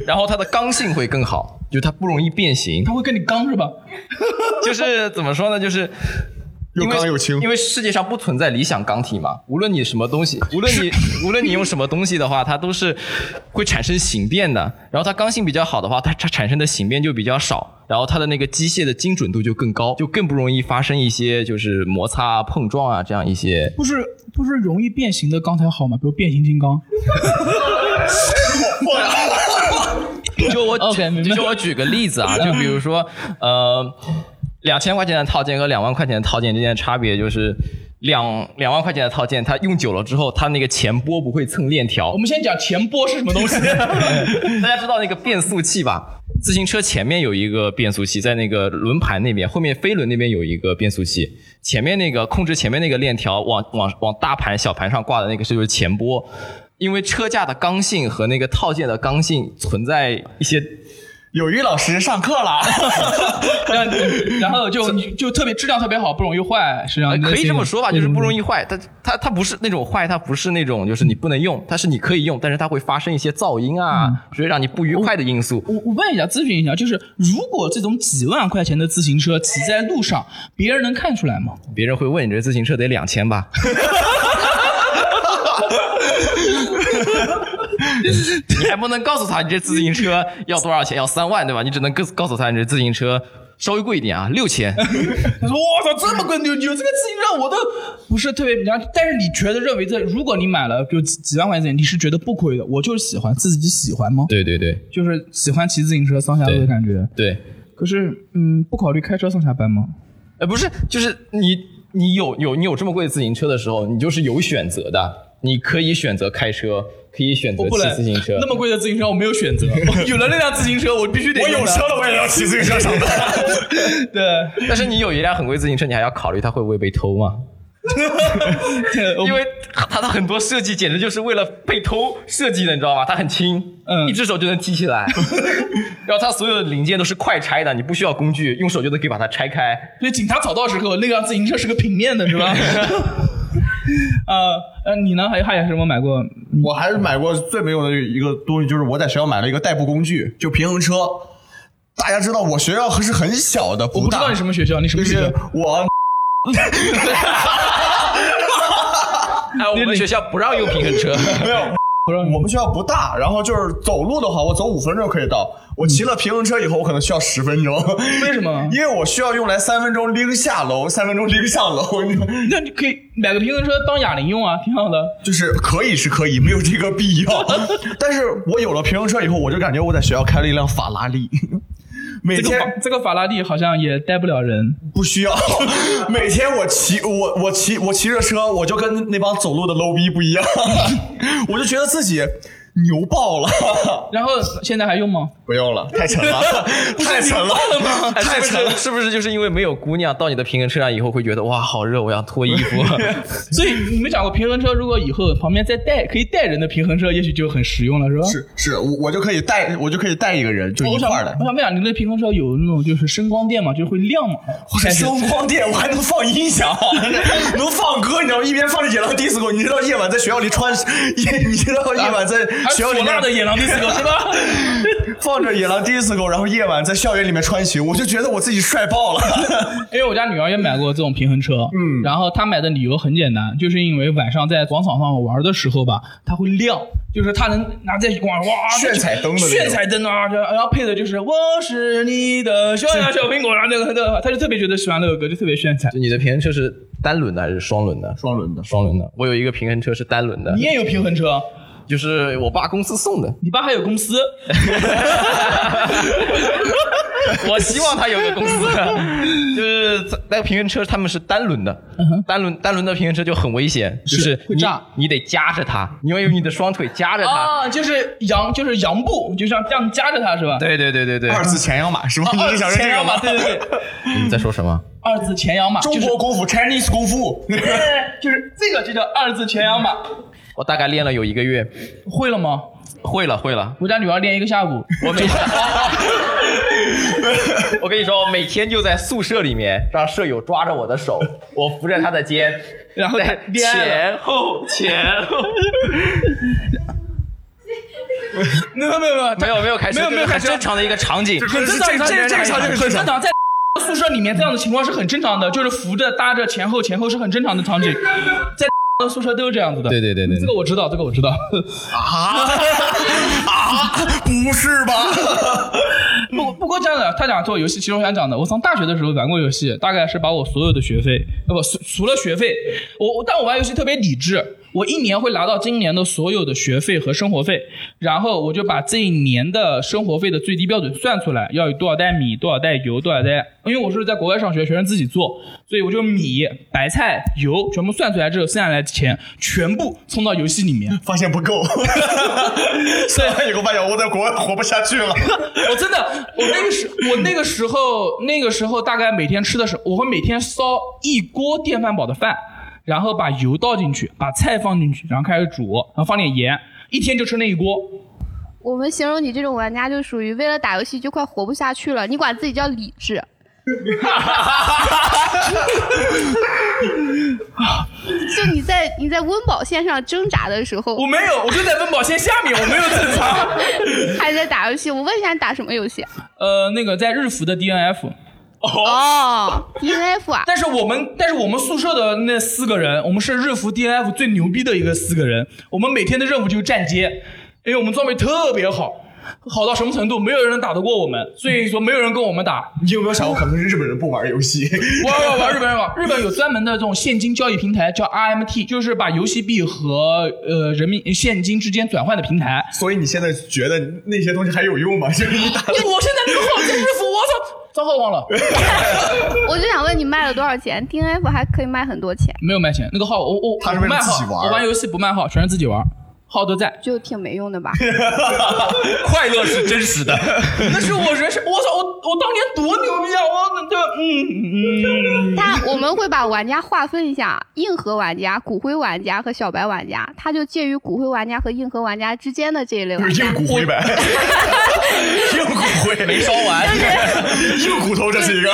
然后它的刚性会更好，就它不容易变形。他会跟你刚是吧？ 就是怎么说呢？就是又因为刚又轻因为世界上不存在理想钢体嘛。无论你什么东西，无论你无论你用什么东西的话，它都是会产生形变的。然后它刚性比较好的话，它它产生的形变就比较少，然后它的那个机械的精准度就更高，就更不容易发生一些就是摩擦啊、碰撞啊这样一些。不是不是容易变形的钢才好吗？比如变形 金刚。 就我 OK，明白就我举个例子啊，就比如说呃，两千块钱的套件和两万块钱的套件之间的差别就是。两两万块钱的套件，它用久了之后，它那个前波不会蹭链条我，们先讲前波是什么东西。 大家知道那个变速器吧？自行车前面有一个变速器，在那个轮盘那边，后面飞轮那边有一个变速器。前面那个控制前面那个链条往往往大盘小盘上挂的那个是就是前波，因为车架的刚性和那个套件的刚性存在一些有于老师上课 了，然后然后就就特别质量特别好，不容易坏，是这样。哎呃可以这么说吧，就是不容易。易坏。它它它不是那种坏，它不是那种就是你不能用，它是你可以用，但是它会发生一些噪音啊，所以让你不愉快的因素。嗯我我问一下，咨询一下，就是如果这种几万块钱的自行车骑在路上，别人能看出来吗？ 别人会问你这自行车得两千吧？你还不能告诉他你这自行车要多少钱，要三万对吧？你只能告告诉他你这自行车稍微贵一点啊，六千。他说：“我操，这么贵牛牛，这个自行车我都不是特别比较。但是你觉得认为这，如果你买了就几几万块钱，你是觉得不亏的。我就是喜欢自己喜欢吗？对对对就是喜欢骑自行车上下路的感觉。对，可是，嗯，不考虑开车上下班吗？呃，不是，就是你你有有你有这么贵的自行车的时候，你就是有选择的，你可以选择开车，可以选择我不骑能自行车。 那么贵的自行车我没有 选择，我有了那辆自行车，我必须得我有用它车。了，我也要骑自行车 上班。对，但是你有一辆很贵的自行车，你还要考虑它会不会被偷嘛？我因为它的很多设计简直就是为了被偷设计的，你知道吗？它很轻，嗯一只手就能提起 来，然后它所有的零件都是快拆的，你不需要工具，用手就能可以把它拆开。对警察找到时候，那辆自行车是个平面的，是 吧？呃呃，你呢？还有还有什么买过？我还是买过最没用的一个东西，就是我在学校买了一个代步工具，就平衡车。大家知道我学校是很小的，我不不知大，道你什么学校，你什就么学校是？我 哎，我们学校不让用平衡 车，不让你我们学校不大，然后就是走路的话，我走五分钟就可以到。我骑了平衡车以后，我可能需要十分钟。为什么 因为我需要用来三分钟拎下楼，三分钟拎上楼，你知道吗 那你可以买个平衡车当哑铃用啊，挺好的。就是可以是可以，没有这个必要。 但是我有了平衡车以后，我就感觉我在学校开了一辆法拉利，每这个法天这个法拉利好像也带不了人，不需要， 每天我骑我我骑我骑着车，我就跟那帮走路的 low 逼不一样， 我就觉得自己牛爆了。然后现在还用吗？不用了，太 沉了，太沉了， 哎太是不沉了是。是不是就是因为没有姑娘到你的平衡车上以后会觉得哇好热，我要脱衣 服？ 所以你们讲过平衡车，如果以后旁边再带可以带人的平衡车，也许就很实用了，是吧？哦是是，我我就可以带，我就可以带一个人，就我一想块儿问来我。想问一下，你那平衡车有那种就是声光电嘛，就会亮嘛？这声光电，我还能放音响， 能放歌，你知道吗？一边放着野狼 disco，你知道夜晚 在学校里穿，夜你知道夜晚在还学校里有唢呐面的野狼 disco 是吧？ 放着野狼 disco，然后夜晚在校园里面穿行，我就觉得我自己帅爆了。 因为我家女儿也买过这种平衡车，嗯，然后她买的理由很简单，就是因为晚上在广场上玩的时候吧，它会亮，就是她能拿在广哇炫彩灯的那种炫彩灯啊，然后配的就是我是你的小呀小 苹果啊，那个那个，她就特别觉得喜欢那首歌，就特别炫彩。就 你的平衡车是单轮的还是双轮的？双轮的，双轮的。我有一个平衡车是单轮的你，也有平衡车，就是我爸公司送的。你爸还有公司， 我希望他有个 公 司，就是在那个平衡车他们是单轮的，单轮单轮的平衡车就很危险，就是是嗯会你炸你得夹着它，你要用你的双腿夹着它。啊，就是羊，就是羊步，就像这样夹着它是吧？哦对对对对对，二字前摇码是吗？你是想说前这摇个马，吗？对对对， 你在说什么？二字前摇马，中就是国功夫 Chinese 功夫， 就是这个就叫二字前摇马，我大概练了有一个月，会了吗？会了会了。我家女儿练一个下午，我 每 我跟你说，我每天就在宿舍里面让舍友抓着我的 手，我扶着他的肩，然后在恋爱了前后前后， 没有没有没有没有没有开车，没有没有这开是车很正常的一个场景。很正常，这这这这很正常，在宿舍里面这样的情况是很正常的，就是扶着搭着前后前后是很正常的场景，在 宿舍都是这样子的。对对对对对这个我知道，这个我知道。 不是哦吧？不不过这样的，他讲做游戏，其实我想讲的，我上大学的时候玩过游戏，大概是把我所有的学费，呃不，除除了学费，我我但我玩游戏特别理智，我一年会拿到今年的所有的学费和生活费，然后我就把这一年的生活费的最低标准算出来，要有多少袋米，多少袋油，多少袋，因为我是在国外上学，学生自己做，所以我就米、白菜、油全部算出来之后，剩下来的钱全部充到游戏里面。发现不够， 所以以后发现我在国外活不下去了。 我真的，我那个时，我那个时候，那个时候大概每天吃的时候，我会每天烧一锅电饭煲的饭，然后把油倒进去，把菜放进去，然后开始煮，然后放点盐，一天就吃那一锅。我们形容你这种玩家，就属于为了打游戏就快活不下去了，你管自己叫理智。就你在你在温饱线上挣扎的时候我，没有，我就在温饱线下面，我没有正常。 还在打游戏。我问一下，你打什么游戏？ 啊呃，那个在日服的 DNF，哦，DNF 啊，但是我们，但是我们宿舍的那四个人，我们是日服 DNF 最牛逼的一个四个人。我们每天的任务就是站街，因为我们装备特别好，好到什么程度，没有人能打得过我们，所以说没有人跟我们打。你有没有想过，可能是日本人不玩游戏？玩玩玩日本人 玩，日本有专门的这种现金交易平台叫 RMT，就是把游戏币和呃人民现金之间转换的平台。所以你现在觉得那些东西还有用吗？就是你打 就哎我现在那个号在日服，我操，账号忘 了，我就想问你卖了多少钱？DNF 还可以卖很多钱，没有卖钱。那个号我我他是为了我不卖号自己玩我玩游戏不卖号，全是自己玩，号都在。就挺没用 的吧？ 快乐是真实的，那是我人生，我操，我我当年多牛逼啊！我就嗯嗯，但我们会把玩家划分一下，硬核玩家、骨灰玩家和小白玩家，他就介于骨灰玩家和硬核玩家之间的这一类玩家。硬骨灰呗，硬骨灰没烧完，硬骨头这是一个。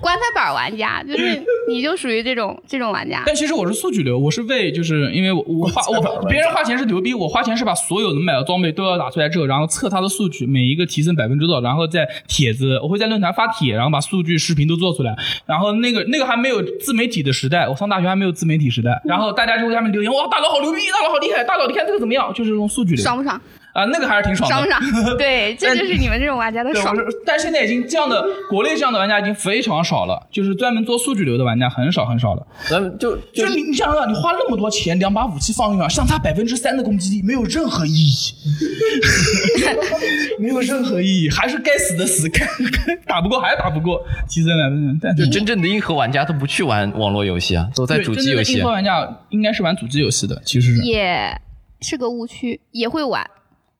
棺材板玩家，就是你就属于这种这种玩家。 但其实我是数据流，我是为就是因为我我花 我别人花钱是牛逼，我花钱是把所有能买的装备都要打出来之后，然后测它的数据，每一个提升百分之多少，然后在帖子我会在论坛发帖，然后把数据视频都做出来。然后那个 那个还没有自媒体的时代，我上大学还没有自媒体时代，然后大家就会在下面留言哇大佬好牛逼，大佬好厉害，大佬你看这个怎么样？就是那种数据流爽不爽？啊、那个还是挺 爽的，爽不 爽？对，这就是你们这种玩家的对，爽我。是，但现在已经这样的国内这样的玩家已经非常少了，就是专门做数据流的玩家很少很少了。咱们就就就是你你想想，你花那么多钱，两把武器放一上，相差百分之三的攻击力，没有任何 意义，没有任何意义，还是该死的死，该该打不过还是打不过，提升百分之，但就是真正的硬核玩家都不去玩网络游戏啊，都在对主真机正游的戏硬核。玩家应该是玩主机游戏的，其实是也是个误区，也会玩，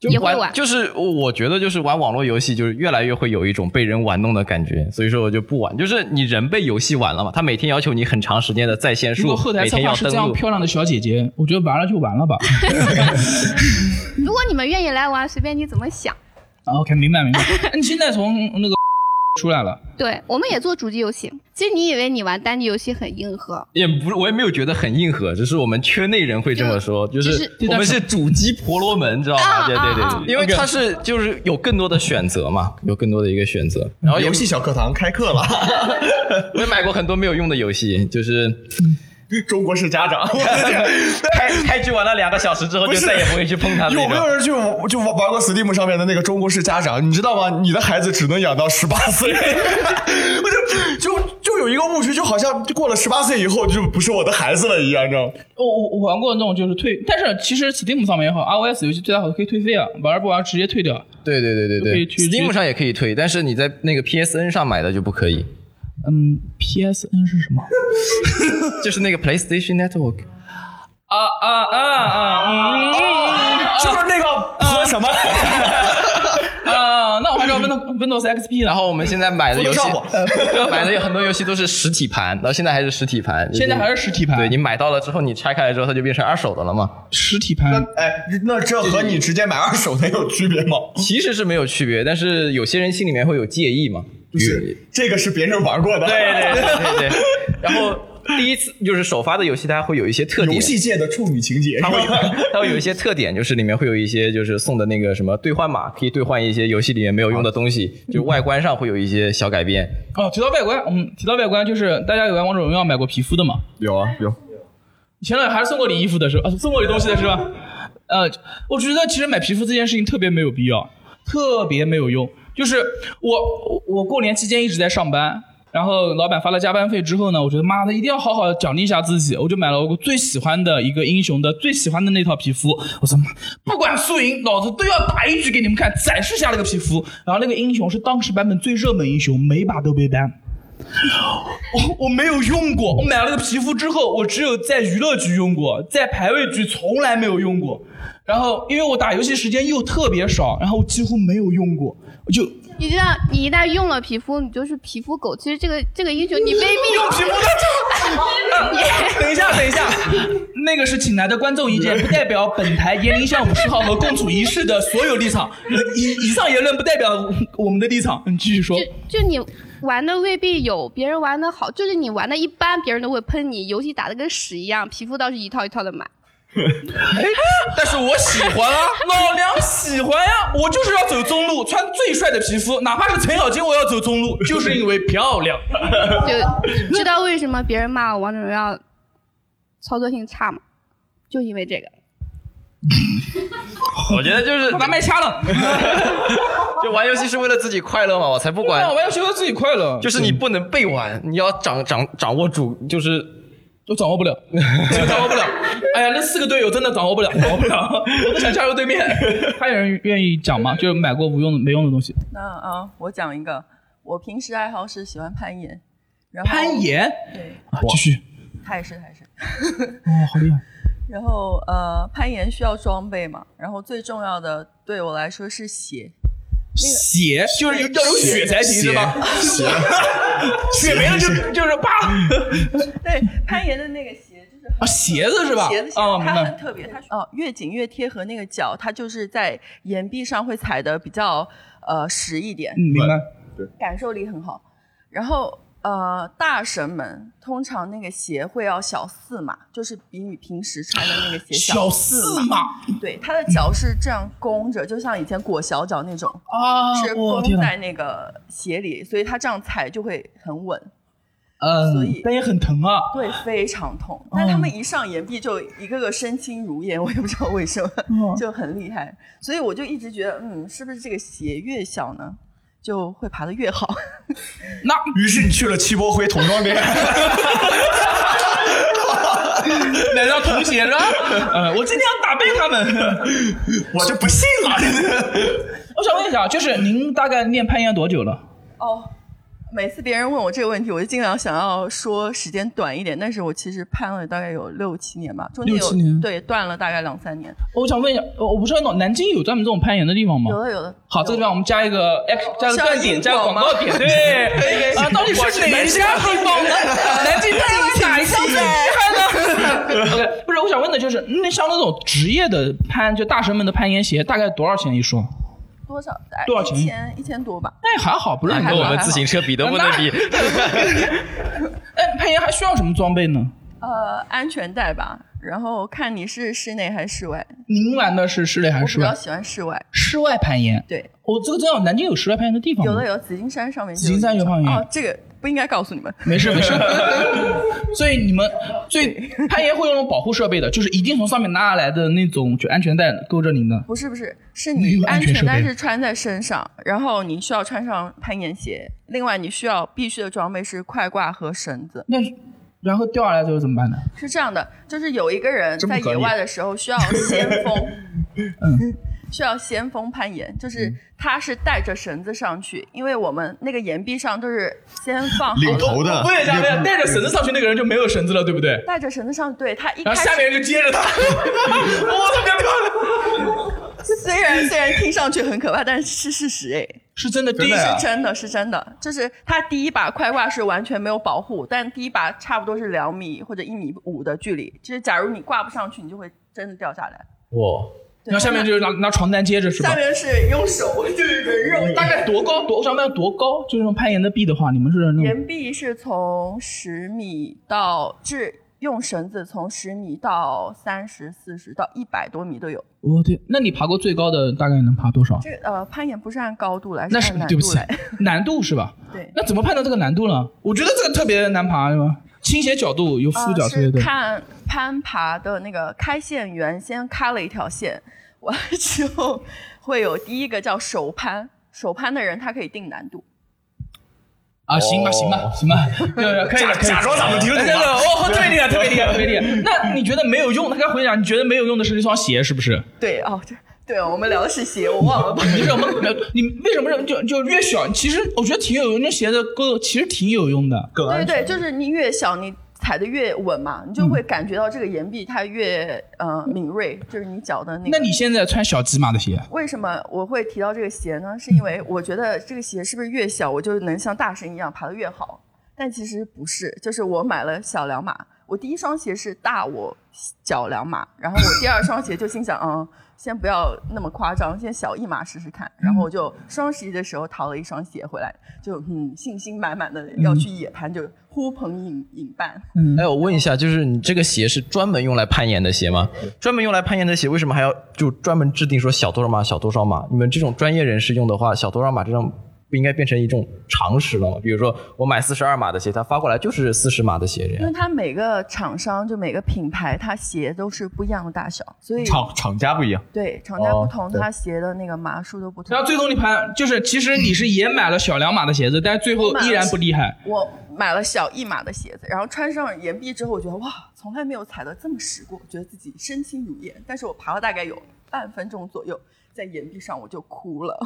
就也会玩。就是我觉得就是玩网络游戏，就是越来越会有一种被人玩弄的感觉，所以说我就不玩。就是你人被游戏玩了嘛，他每天要求你很长时间的在线如数果后，台每策天划要是登这样录。漂亮的小姐姐，我觉得玩了就完了吧。 如果你们愿意来玩，随便你怎么想。 啊 OK，明白明白。那你现在从那个出来了。对，我们也做主机游戏。其实你以为你玩单机游戏很硬核，也不是，我也没有觉得很硬核，只是我们圈内人会这么说，就就是是我们是主机婆罗门，知道吗？啊对对啊对，因为它是就是有更多的选择嘛，有更多的一个选择。然后也游戏小课堂开课了， 我也买过很多没有用的游戏，就是嗯中国式 家长，我的天开开局玩了两个小时之后不就是再也不会去碰它的有没那有种。人去玩就玩玩过 Steam 上面的那个中国式家长？你知道吗？你的孩子只能养到十八岁， 我就就就有一个误区，就好像过了十八岁以后就不是我的孩子了一样，你知道吗？我哦我我玩过那种就是退，但是其实 Steam 上面也好，iOS 游戏最大好可以退费啊，玩不玩直接退掉。对对对对可对以去，Steam 上也可以退，但是你在那个 PSN 上买的就不可以，嗯，PSN 是什么？ 就是那个 PlayStation Network。啊啊啊啊！嗯是不是那个和什么？ 啊，那我还是要 Windows Windows XP 然后后我们现在买的游戏 Photoshop，买的有很多游戏都是实体盘，然后现在还是实体盘，现在还是实体盘，对你买到了之后，你拆开来之后，它就变成二手的了嘛？实体盘。哎，那这和你直接买二手的有区别吗？其实是没有区别，但是有些人心里面会有介意嘛。就就是这个是别人玩过的，对对对 对对。然后第一次就是首发的游戏，它会有一些特点游，戏界的处女情节，它会有是吧它会有一些特点，就是里面会有一些就是送的那个什么兑换码，可以兑换一些游戏里面没有用的东西，就外观上会有一些小改变。哦，提到外观，嗯，提到外观就是大家有玩王者荣耀买过皮肤的吗？有啊有。前两天还是送过你衣服的是吧？啊，送过你东西的是吧？呃，我觉得其实买皮肤这件事情特别没有必要，特别没有用。就是我我我过年期间一直在上班，然后老板发了加班费之后呢，我觉得妈的一定要好好奖励一下自己，我就买了我最喜欢的一个英雄的最喜欢的那套皮肤。我说妈不管输赢，老子都要打一局给你们看，展示一下那个皮肤。然后那个英雄是当时版本最热门英雄，每把都被 ban。我我没有用过，我买了个皮肤之后，我只有在娱乐局用过，在排位局从来没有用过。然后因为我打游戏时间又特别少，然后我几乎没有用过，我就用你知道，你一旦用了皮肤，你就是皮肤狗。其实这个这个英雄你未必皮肤的。 等一下，等一下，那个是请来的观众意见，不代表本台炎陵巷五十号和共处一室的所有立场。以以上言论不代表我们的立场。你继续说。就就你玩的未必有别人玩的好，就是你玩的一般，别人都会喷你。游戏打的跟屎一样，皮肤倒是一套一套的买。 但是我喜欢啊，老娘喜欢呀、我就是要走中路，穿最帅的皮肤，哪怕是程咬金，我要走中路，就是因为漂亮。就知道为什么别人骂我王者荣耀操作性差吗？就因为这个。我觉得就是把麦 掐了， 就玩游戏是为了自己快乐嘛，我才不管让啊我。玩游戏为自己快乐，就是你不能被玩，你要掌掌掌握主，就是我掌握不了，我掌握不了。哎呀，那四个队友真的掌握不 了，掌握不了，我都想加入对 面。还有人愿意讲吗？就是买过无用的、没用的东西。那啊，我讲一个，我平时爱好是喜欢攀岩，然后攀，岩对，啊，继续。他也是他也是，哦，好厉害。然后呃，攀岩需要装备嘛，然后最重要的对我来说是 鞋，血就是有要有血才行是吧？血， 血没了就就是啪对，攀岩的那个鞋就是很啊，鞋子是吧？鞋子鞋，啊，明它白很。特别，它是哦，越紧越贴合那个脚，它就是在岩壁上会踩的比较呃实一点嗯，，明白。感受力很好。然后呃，大神们通常那个鞋会要小四码，就是比你平时穿的那个鞋小四四码。嘛，对，他的脚是这样弓着，就像以前裹小脚那种，啊是我弓天哪，在那个鞋里，所以他这样踩就会很稳，所嗯以，但也很疼啊。对，非常痛。嗯但他们一上岩壁就一个个身轻如燕，我也不知道为什么，嗯就很厉害。所以我就一直觉得，嗯，是不是这个鞋越小呢，就会爬得越好？那 于是你去了七波辉童装 店， 买到童鞋是吧？呃，我今天要打败他们。 我就不信了。 我想问一下，就是您大概练攀岩多久了？哦，每次别人问我这个问题，我就尽量想要说时间短一点，但是我其实攀了大概有六七年吧，中间六有七年对断了大概两三年，我想问一下，呃我不知道南京有专门这种攀岩的地方吗有？的啊有的。好，这个地方我们加一个 X，加个断点，像加英个国广吗告点， 对。啊，到底是哪一家地方呢？南京攀岩哪一家最厉害呢 ？OK，不是，我想问的就是，那像那种职业的攀，就大神们的攀岩鞋，大概多少钱一双？多少？哎多少钱一千一千多吧。那也还好，不是很跟多。我们 自行车比都不能 比。 哎，攀岩还需要什么装备呢？呃，安全带吧，然后看你是室内还是室外。您玩的是室内还我是比较室外？喜欢室外，室外攀岩。对，我、这个真的，南京有室外攀岩的地方吗？有的有紫金山上面就紫金山有有放一映种哦，这个不应该告诉你们。没事 没事。所以你们，所以攀岩会用保护设备的，就是一定从上面拉下来的那种，就安全带勾着您的。不是不是，是没有你安安全设全带备是穿在身上，然后你需要穿上攀岩鞋，另外你需要必须的装备是快挂和绳子。那然后掉下来之后怎么办呢？是这样的，就是有一个人真不在可野以嗯外的时候 需要先锋， 需要先锋攀岩，就是他是带着绳子上去，因为我们那个岩壁上都是先放啊好领了，头的，问一下，问一下，带着绳子上去那个人就没有绳子了，对不对？带着绳子上去，对他一开然后始下面人就接 着他，我操，别漂亮！虽然虽然听上去很可怕，但是是事实哎，是真的，第一真的呀次是真的是真的，就是他第一把快挂是完全没有保护，但第一把差不多是两米或者一米五的距离，就是假如你挂不上去，你就会真的掉下来。哇，对然后下面就是拿拿床单接着是吧下？面是用手，就是人肉大概多高？多我想问多高？就是那种攀岩的壁的话，你们是那种岩壁是从十米到至用绳子从十米到三十、四十到一百多米都有。我天，哦那你爬过最高的大概能爬多少？这个呃，攀岩不是按高度来，那是是按难对不度起来。， 难度是吧？对， 那怎么判断这个难度呢？我觉得这个特别难爬，是吧？倾斜角度有呃负角之类是的。看攀爬的那个开线员先开了一条线， 完之后会有第一个叫首攀，首攀的人他可以定难度。啊，行吧，行吧，行吧，对，可以了，可以了。哦假装咱们听懂啊哎了真的，哦，特别厉害，特别厉害，特别厉害。那你觉得没有用？他刚回答，你觉得没有用的是那双鞋，是不是？对哦，对对，我们聊的是鞋，我忘了吧。你是我们， 你为什么认就就越小？其实我觉得挺有用，那鞋的勾其实挺有用的。更对安对，全。就是你越小，你踩的越稳嘛，你就会感觉到这个岩壁它越呃敏锐，就是你脚的那个。那你现在穿小鸡码的鞋，为什么我会提到这个鞋呢？是因为我觉得这个鞋是不是越小我就能像大神一样爬得越好？但其实不是，就是我买了小两码，我第一双鞋是大我脚两码，然后我第二双鞋就心想，嗯，先不要那么夸张，先小一码试试看。然后我就双十一的时候淘了一双鞋回来，就嗯信心满满的要去野攀，就呼朋引引伴。嗯哎，我问一下，就是你这个鞋是专门用来攀岩的鞋吗？专门用来攀岩的鞋，为什么还要就专门制定说小多少码、小多少码？你们这种专业人士用的话，小多少码这种不应该变成一种常识了吗？比如说我买四十二码的鞋，它发过来就是四十码的鞋这因样为。它每个厂商就每个品牌，它鞋都是不一样的大小，所以厂厂家不一样，对，厂家不同，对它鞋的那个码数都不同。然后最终你盘就是，其实你是也买了小两码的鞋子，但是最后哦依然不厉害。我买了小一码的鞋子，然后穿上岩壁之后，我觉得哇，从来没有踩得这么实过，觉得自己身轻如燕。但是我爬了大概有半分钟左右，在岩壁上我就哭 了，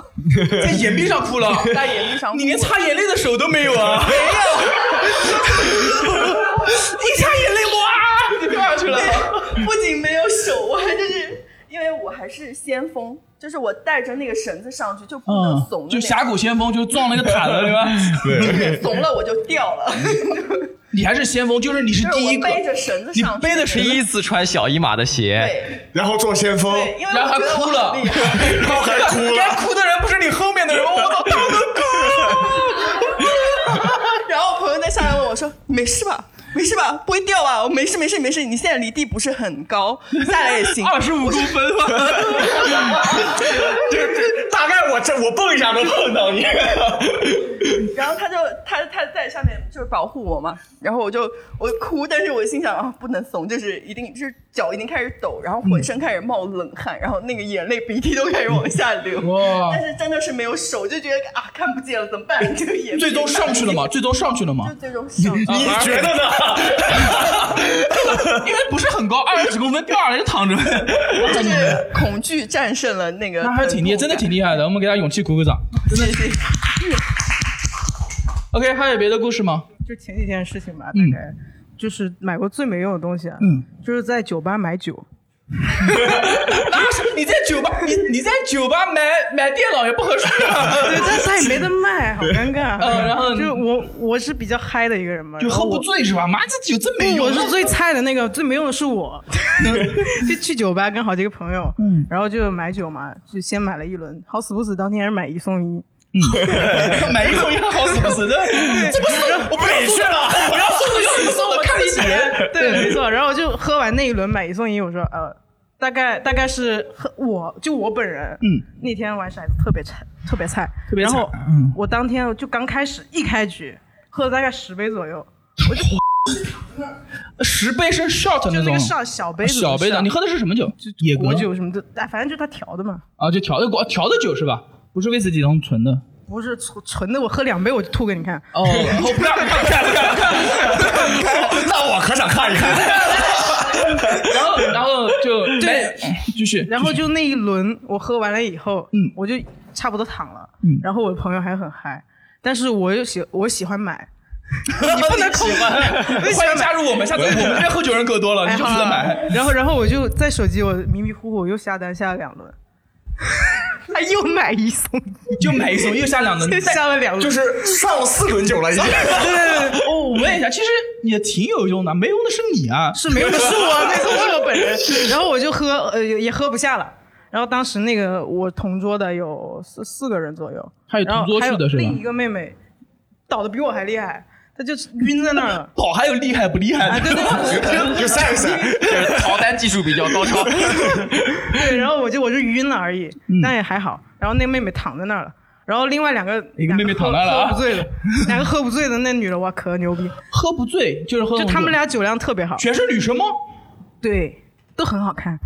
在岩壁上哭了， 在岩壁上哭你连了擦眼泪的手都没有 啊！没有， 一擦眼泪哇，就掉下去了。不仅没有手，我还就是因为我还是先锋，就是我带着那个绳子上去就不能怂嗯，的就那峡种，谷先锋，就撞了一个毯子，对吧？怂了我就掉了。 你还是先锋，就是你是就是第一我个，背着绳子你上去，背着绳第一次穿小一码的鞋，对然后做先锋，对，因为然后我还觉得我哭很了厉害 然后还哭 该了。哭的人不是你后面的人，我 操！然后朋友在下面问我说：“没事吧？没事吧？不会掉吧？我没事没事没事，你现在离地不是很高，下来也 行。二十五公分吧。 这大概我这我蹦一下能碰到你。然后他就他他在下面就是保护我嘛，然后我就我哭，但是我心想啊，不能怂，就是一定就是脚已经开始抖，然后浑身开始冒冷汗，然后那个眼泪鼻涕都开始往下流。哇但是真的是没有手，就觉得啊看不见了怎么办？ 这个眼泪最终上去了 嘛？最终上去了嘛就？最终上去了。你啊觉得呢？ 因为不是很高，二十几公分掉下来 就躺着呗。就是 恐惧战胜了那个， 那还挺厉害，真的挺厉害的。我们给他勇气鼓鼓掌， 真的。OK，还有别的故事吗？就前几天的事情吧，大嗯概、就是买过最没用的东西，啊嗯，就是在酒吧买酒，那是你在酒吧，你你在酒吧买买电脑也不合适 啊。对， 但是他也没得卖，好尴尬。嗯然后就我我是比较嗨的一个人嘛，就喝然后不我醉是吧？妈，这酒真没用。啊我是最菜的那个，最没用的是 我。就去酒吧跟好几个朋友，嗯，然后就买酒嘛，就先买了一轮，好死不死当天是买一送一。嗯 买一送一好死不死的，这不是我不哎要啊送了，我要送的要你送，我看你几人。对，没错。然后我就喝完那一轮买一送一，我说呃，大概大概是喝我就我本人，嗯，那天玩骰子特别菜，特别菜，特别然惨后嗯我当天就刚开始一开局喝了大概十杯左右， 十杯是 shot 就那那个种，啊上小杯子，小杯的。你喝的是什么酒？野果格酒什么的，哎，反正就他调的嘛，啊，就调的果调的酒是吧？不是威士忌然后 纯的。不是纯纯的，我喝两杯我就吐给你看。哦，我不要不要不要不要不要！那我可想看一看。然后然后就对没，继续。然后就那一轮我喝完了以后，嗯我就差不多躺了，嗯然后我的朋友还很嗨，但是我又喜我喜欢买， 你不能控制，我喜欢欢迎买加。入 我们，下次我们这边喝酒人更多了，哎你就负责买。。然后，然后我就在手机，我迷迷糊糊又下单下了两 轮，他又买一送一， 就买一送一，又下两 轮， 又下了两轮，就是上了四轮酒了，已 经。对对对， 哦，我问一下，其实也挺有用的，没用的是你啊，是没有的是我，没错是我本 人。然后我就喝，呃，也也喝不下了。然后当时那个我同桌的有四四个人左右，还有然后同桌还去有的是吧。另一个妹妹倒的比我还厉害，她就晕在那儿了哦跑还有厉害不厉害啊，的？对对对 就散一散，就是逃单技术比较高超。 对，然后我就我就晕了而已，嗯但也还好。然后那个妹妹躺在那儿了，然后另外两个一 个妹妹躺那两个喝了啊喝不醉的，两个喝不醉的那女的，哇，可牛逼！喝不醉就是喝，就他们俩酒量特别好，全是女生吗？对，都很好看。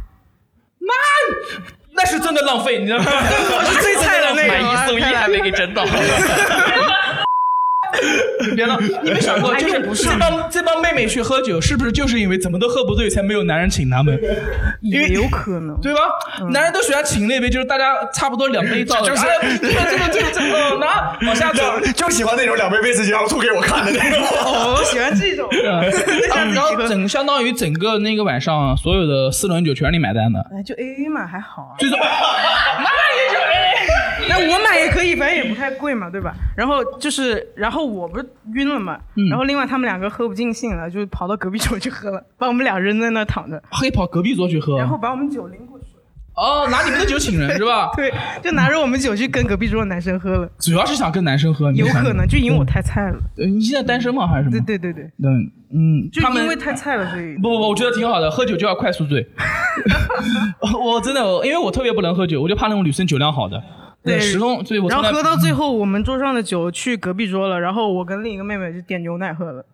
那是真的浪费，你知道吗？我是最菜的那个，买一送一还没给整倒，别闹！你没想过，哎就是用不这上帮这帮妹妹去喝酒，是不是就是因为怎么都喝不醉，才没有男人请他们，也有可能。对吧？嗯男人都喜欢请那杯，就是大家差不多 两杯到了，就是哎呀这个这个这个这个，呃拿往下走。就喜欢那种两杯威士忌然后吐给我看的那种。 哦，我喜欢这 种。啊嗯然后整相当于整个那个晚上，所有的四轮酒全是你买单的，哎，就 A A 嘛，还好啊。最终那我买也可以，反正也不太贵嘛，对吧？然后就是，然后我不是晕了嘛，嗯然后另外他们两个喝不尽兴了，就跑到隔壁桌去喝了，把我们俩扔在那儿躺着，黑跑隔壁桌去喝，啊然后把我们酒拎过去。哦，拿你们的酒请人是吧？ 对，就拿着我们酒去跟隔壁桌的男生喝了，主要是想跟男生喝，你有想可能就因为我太菜了。呃你现在单身吗？还是什么对？对对对，嗯嗯，就他们因为太菜了，所以不不不，我觉得挺好的，喝酒就要快 速醉。我真的，我因为我特别不能喝酒，我就怕那种女生酒量好的。对始终对我然从后来嗯喝到最后，我们桌上的酒去隔壁桌了，然后我跟另一个妹妹就点牛奶喝了。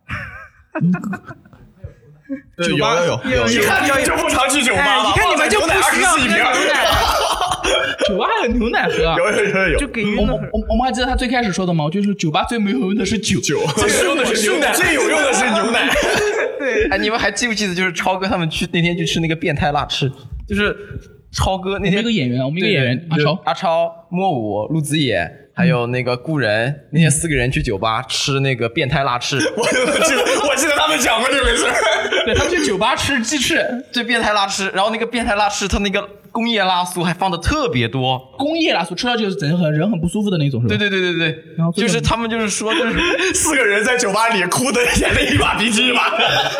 嗯有有有有，一看你们就不常去酒吧哎，了。你看你们就不需要喝24牛瓶奶 了，酒吧还有牛奶喝啊。有有有有就有，给晕我了我喝。我我们还记得他最开始说的吗？就是酒吧最没有用的是酒，酒最有用的是牛奶。最有用的是 牛奶。哎，你们还记不记得，就是超哥他们去那天去吃那个变态辣翅，就是超哥那我们天一个演员，我们一个演员阿对超，阿超、莫武、陆子野，还有那个故嗯人，那天四个人去酒吧吃那个变态辣翅。 我我记得我记得他们讲过这回事儿。对他们去酒吧吃鸡翅，这变态辣翅，然后那个变态辣翅，它那个工业辣素还放的特别多。工业啦，所吃到就是整很人很不舒服的那种，是吧？对对对对对，然后最就后是他们就是说就是 四个人在酒吧里哭的眼泪一把鼻涕一 把。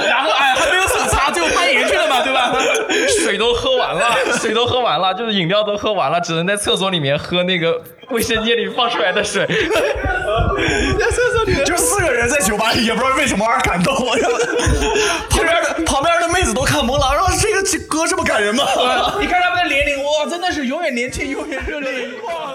然后哎，还没有手擦，最后拍赢去了嘛，对吧？水都喝完了，水都喝完了，就是饮料都喝完了，只能在厕所里面喝那个卫生间里放出来的水。就四个人在酒吧里，也不知道为什么而感动。我就 旁边的旁边的妹子都看懵了，说这个这歌这么感人吗？ 你看他们的年龄，哇，真的是永远年轻，永远热烈。哇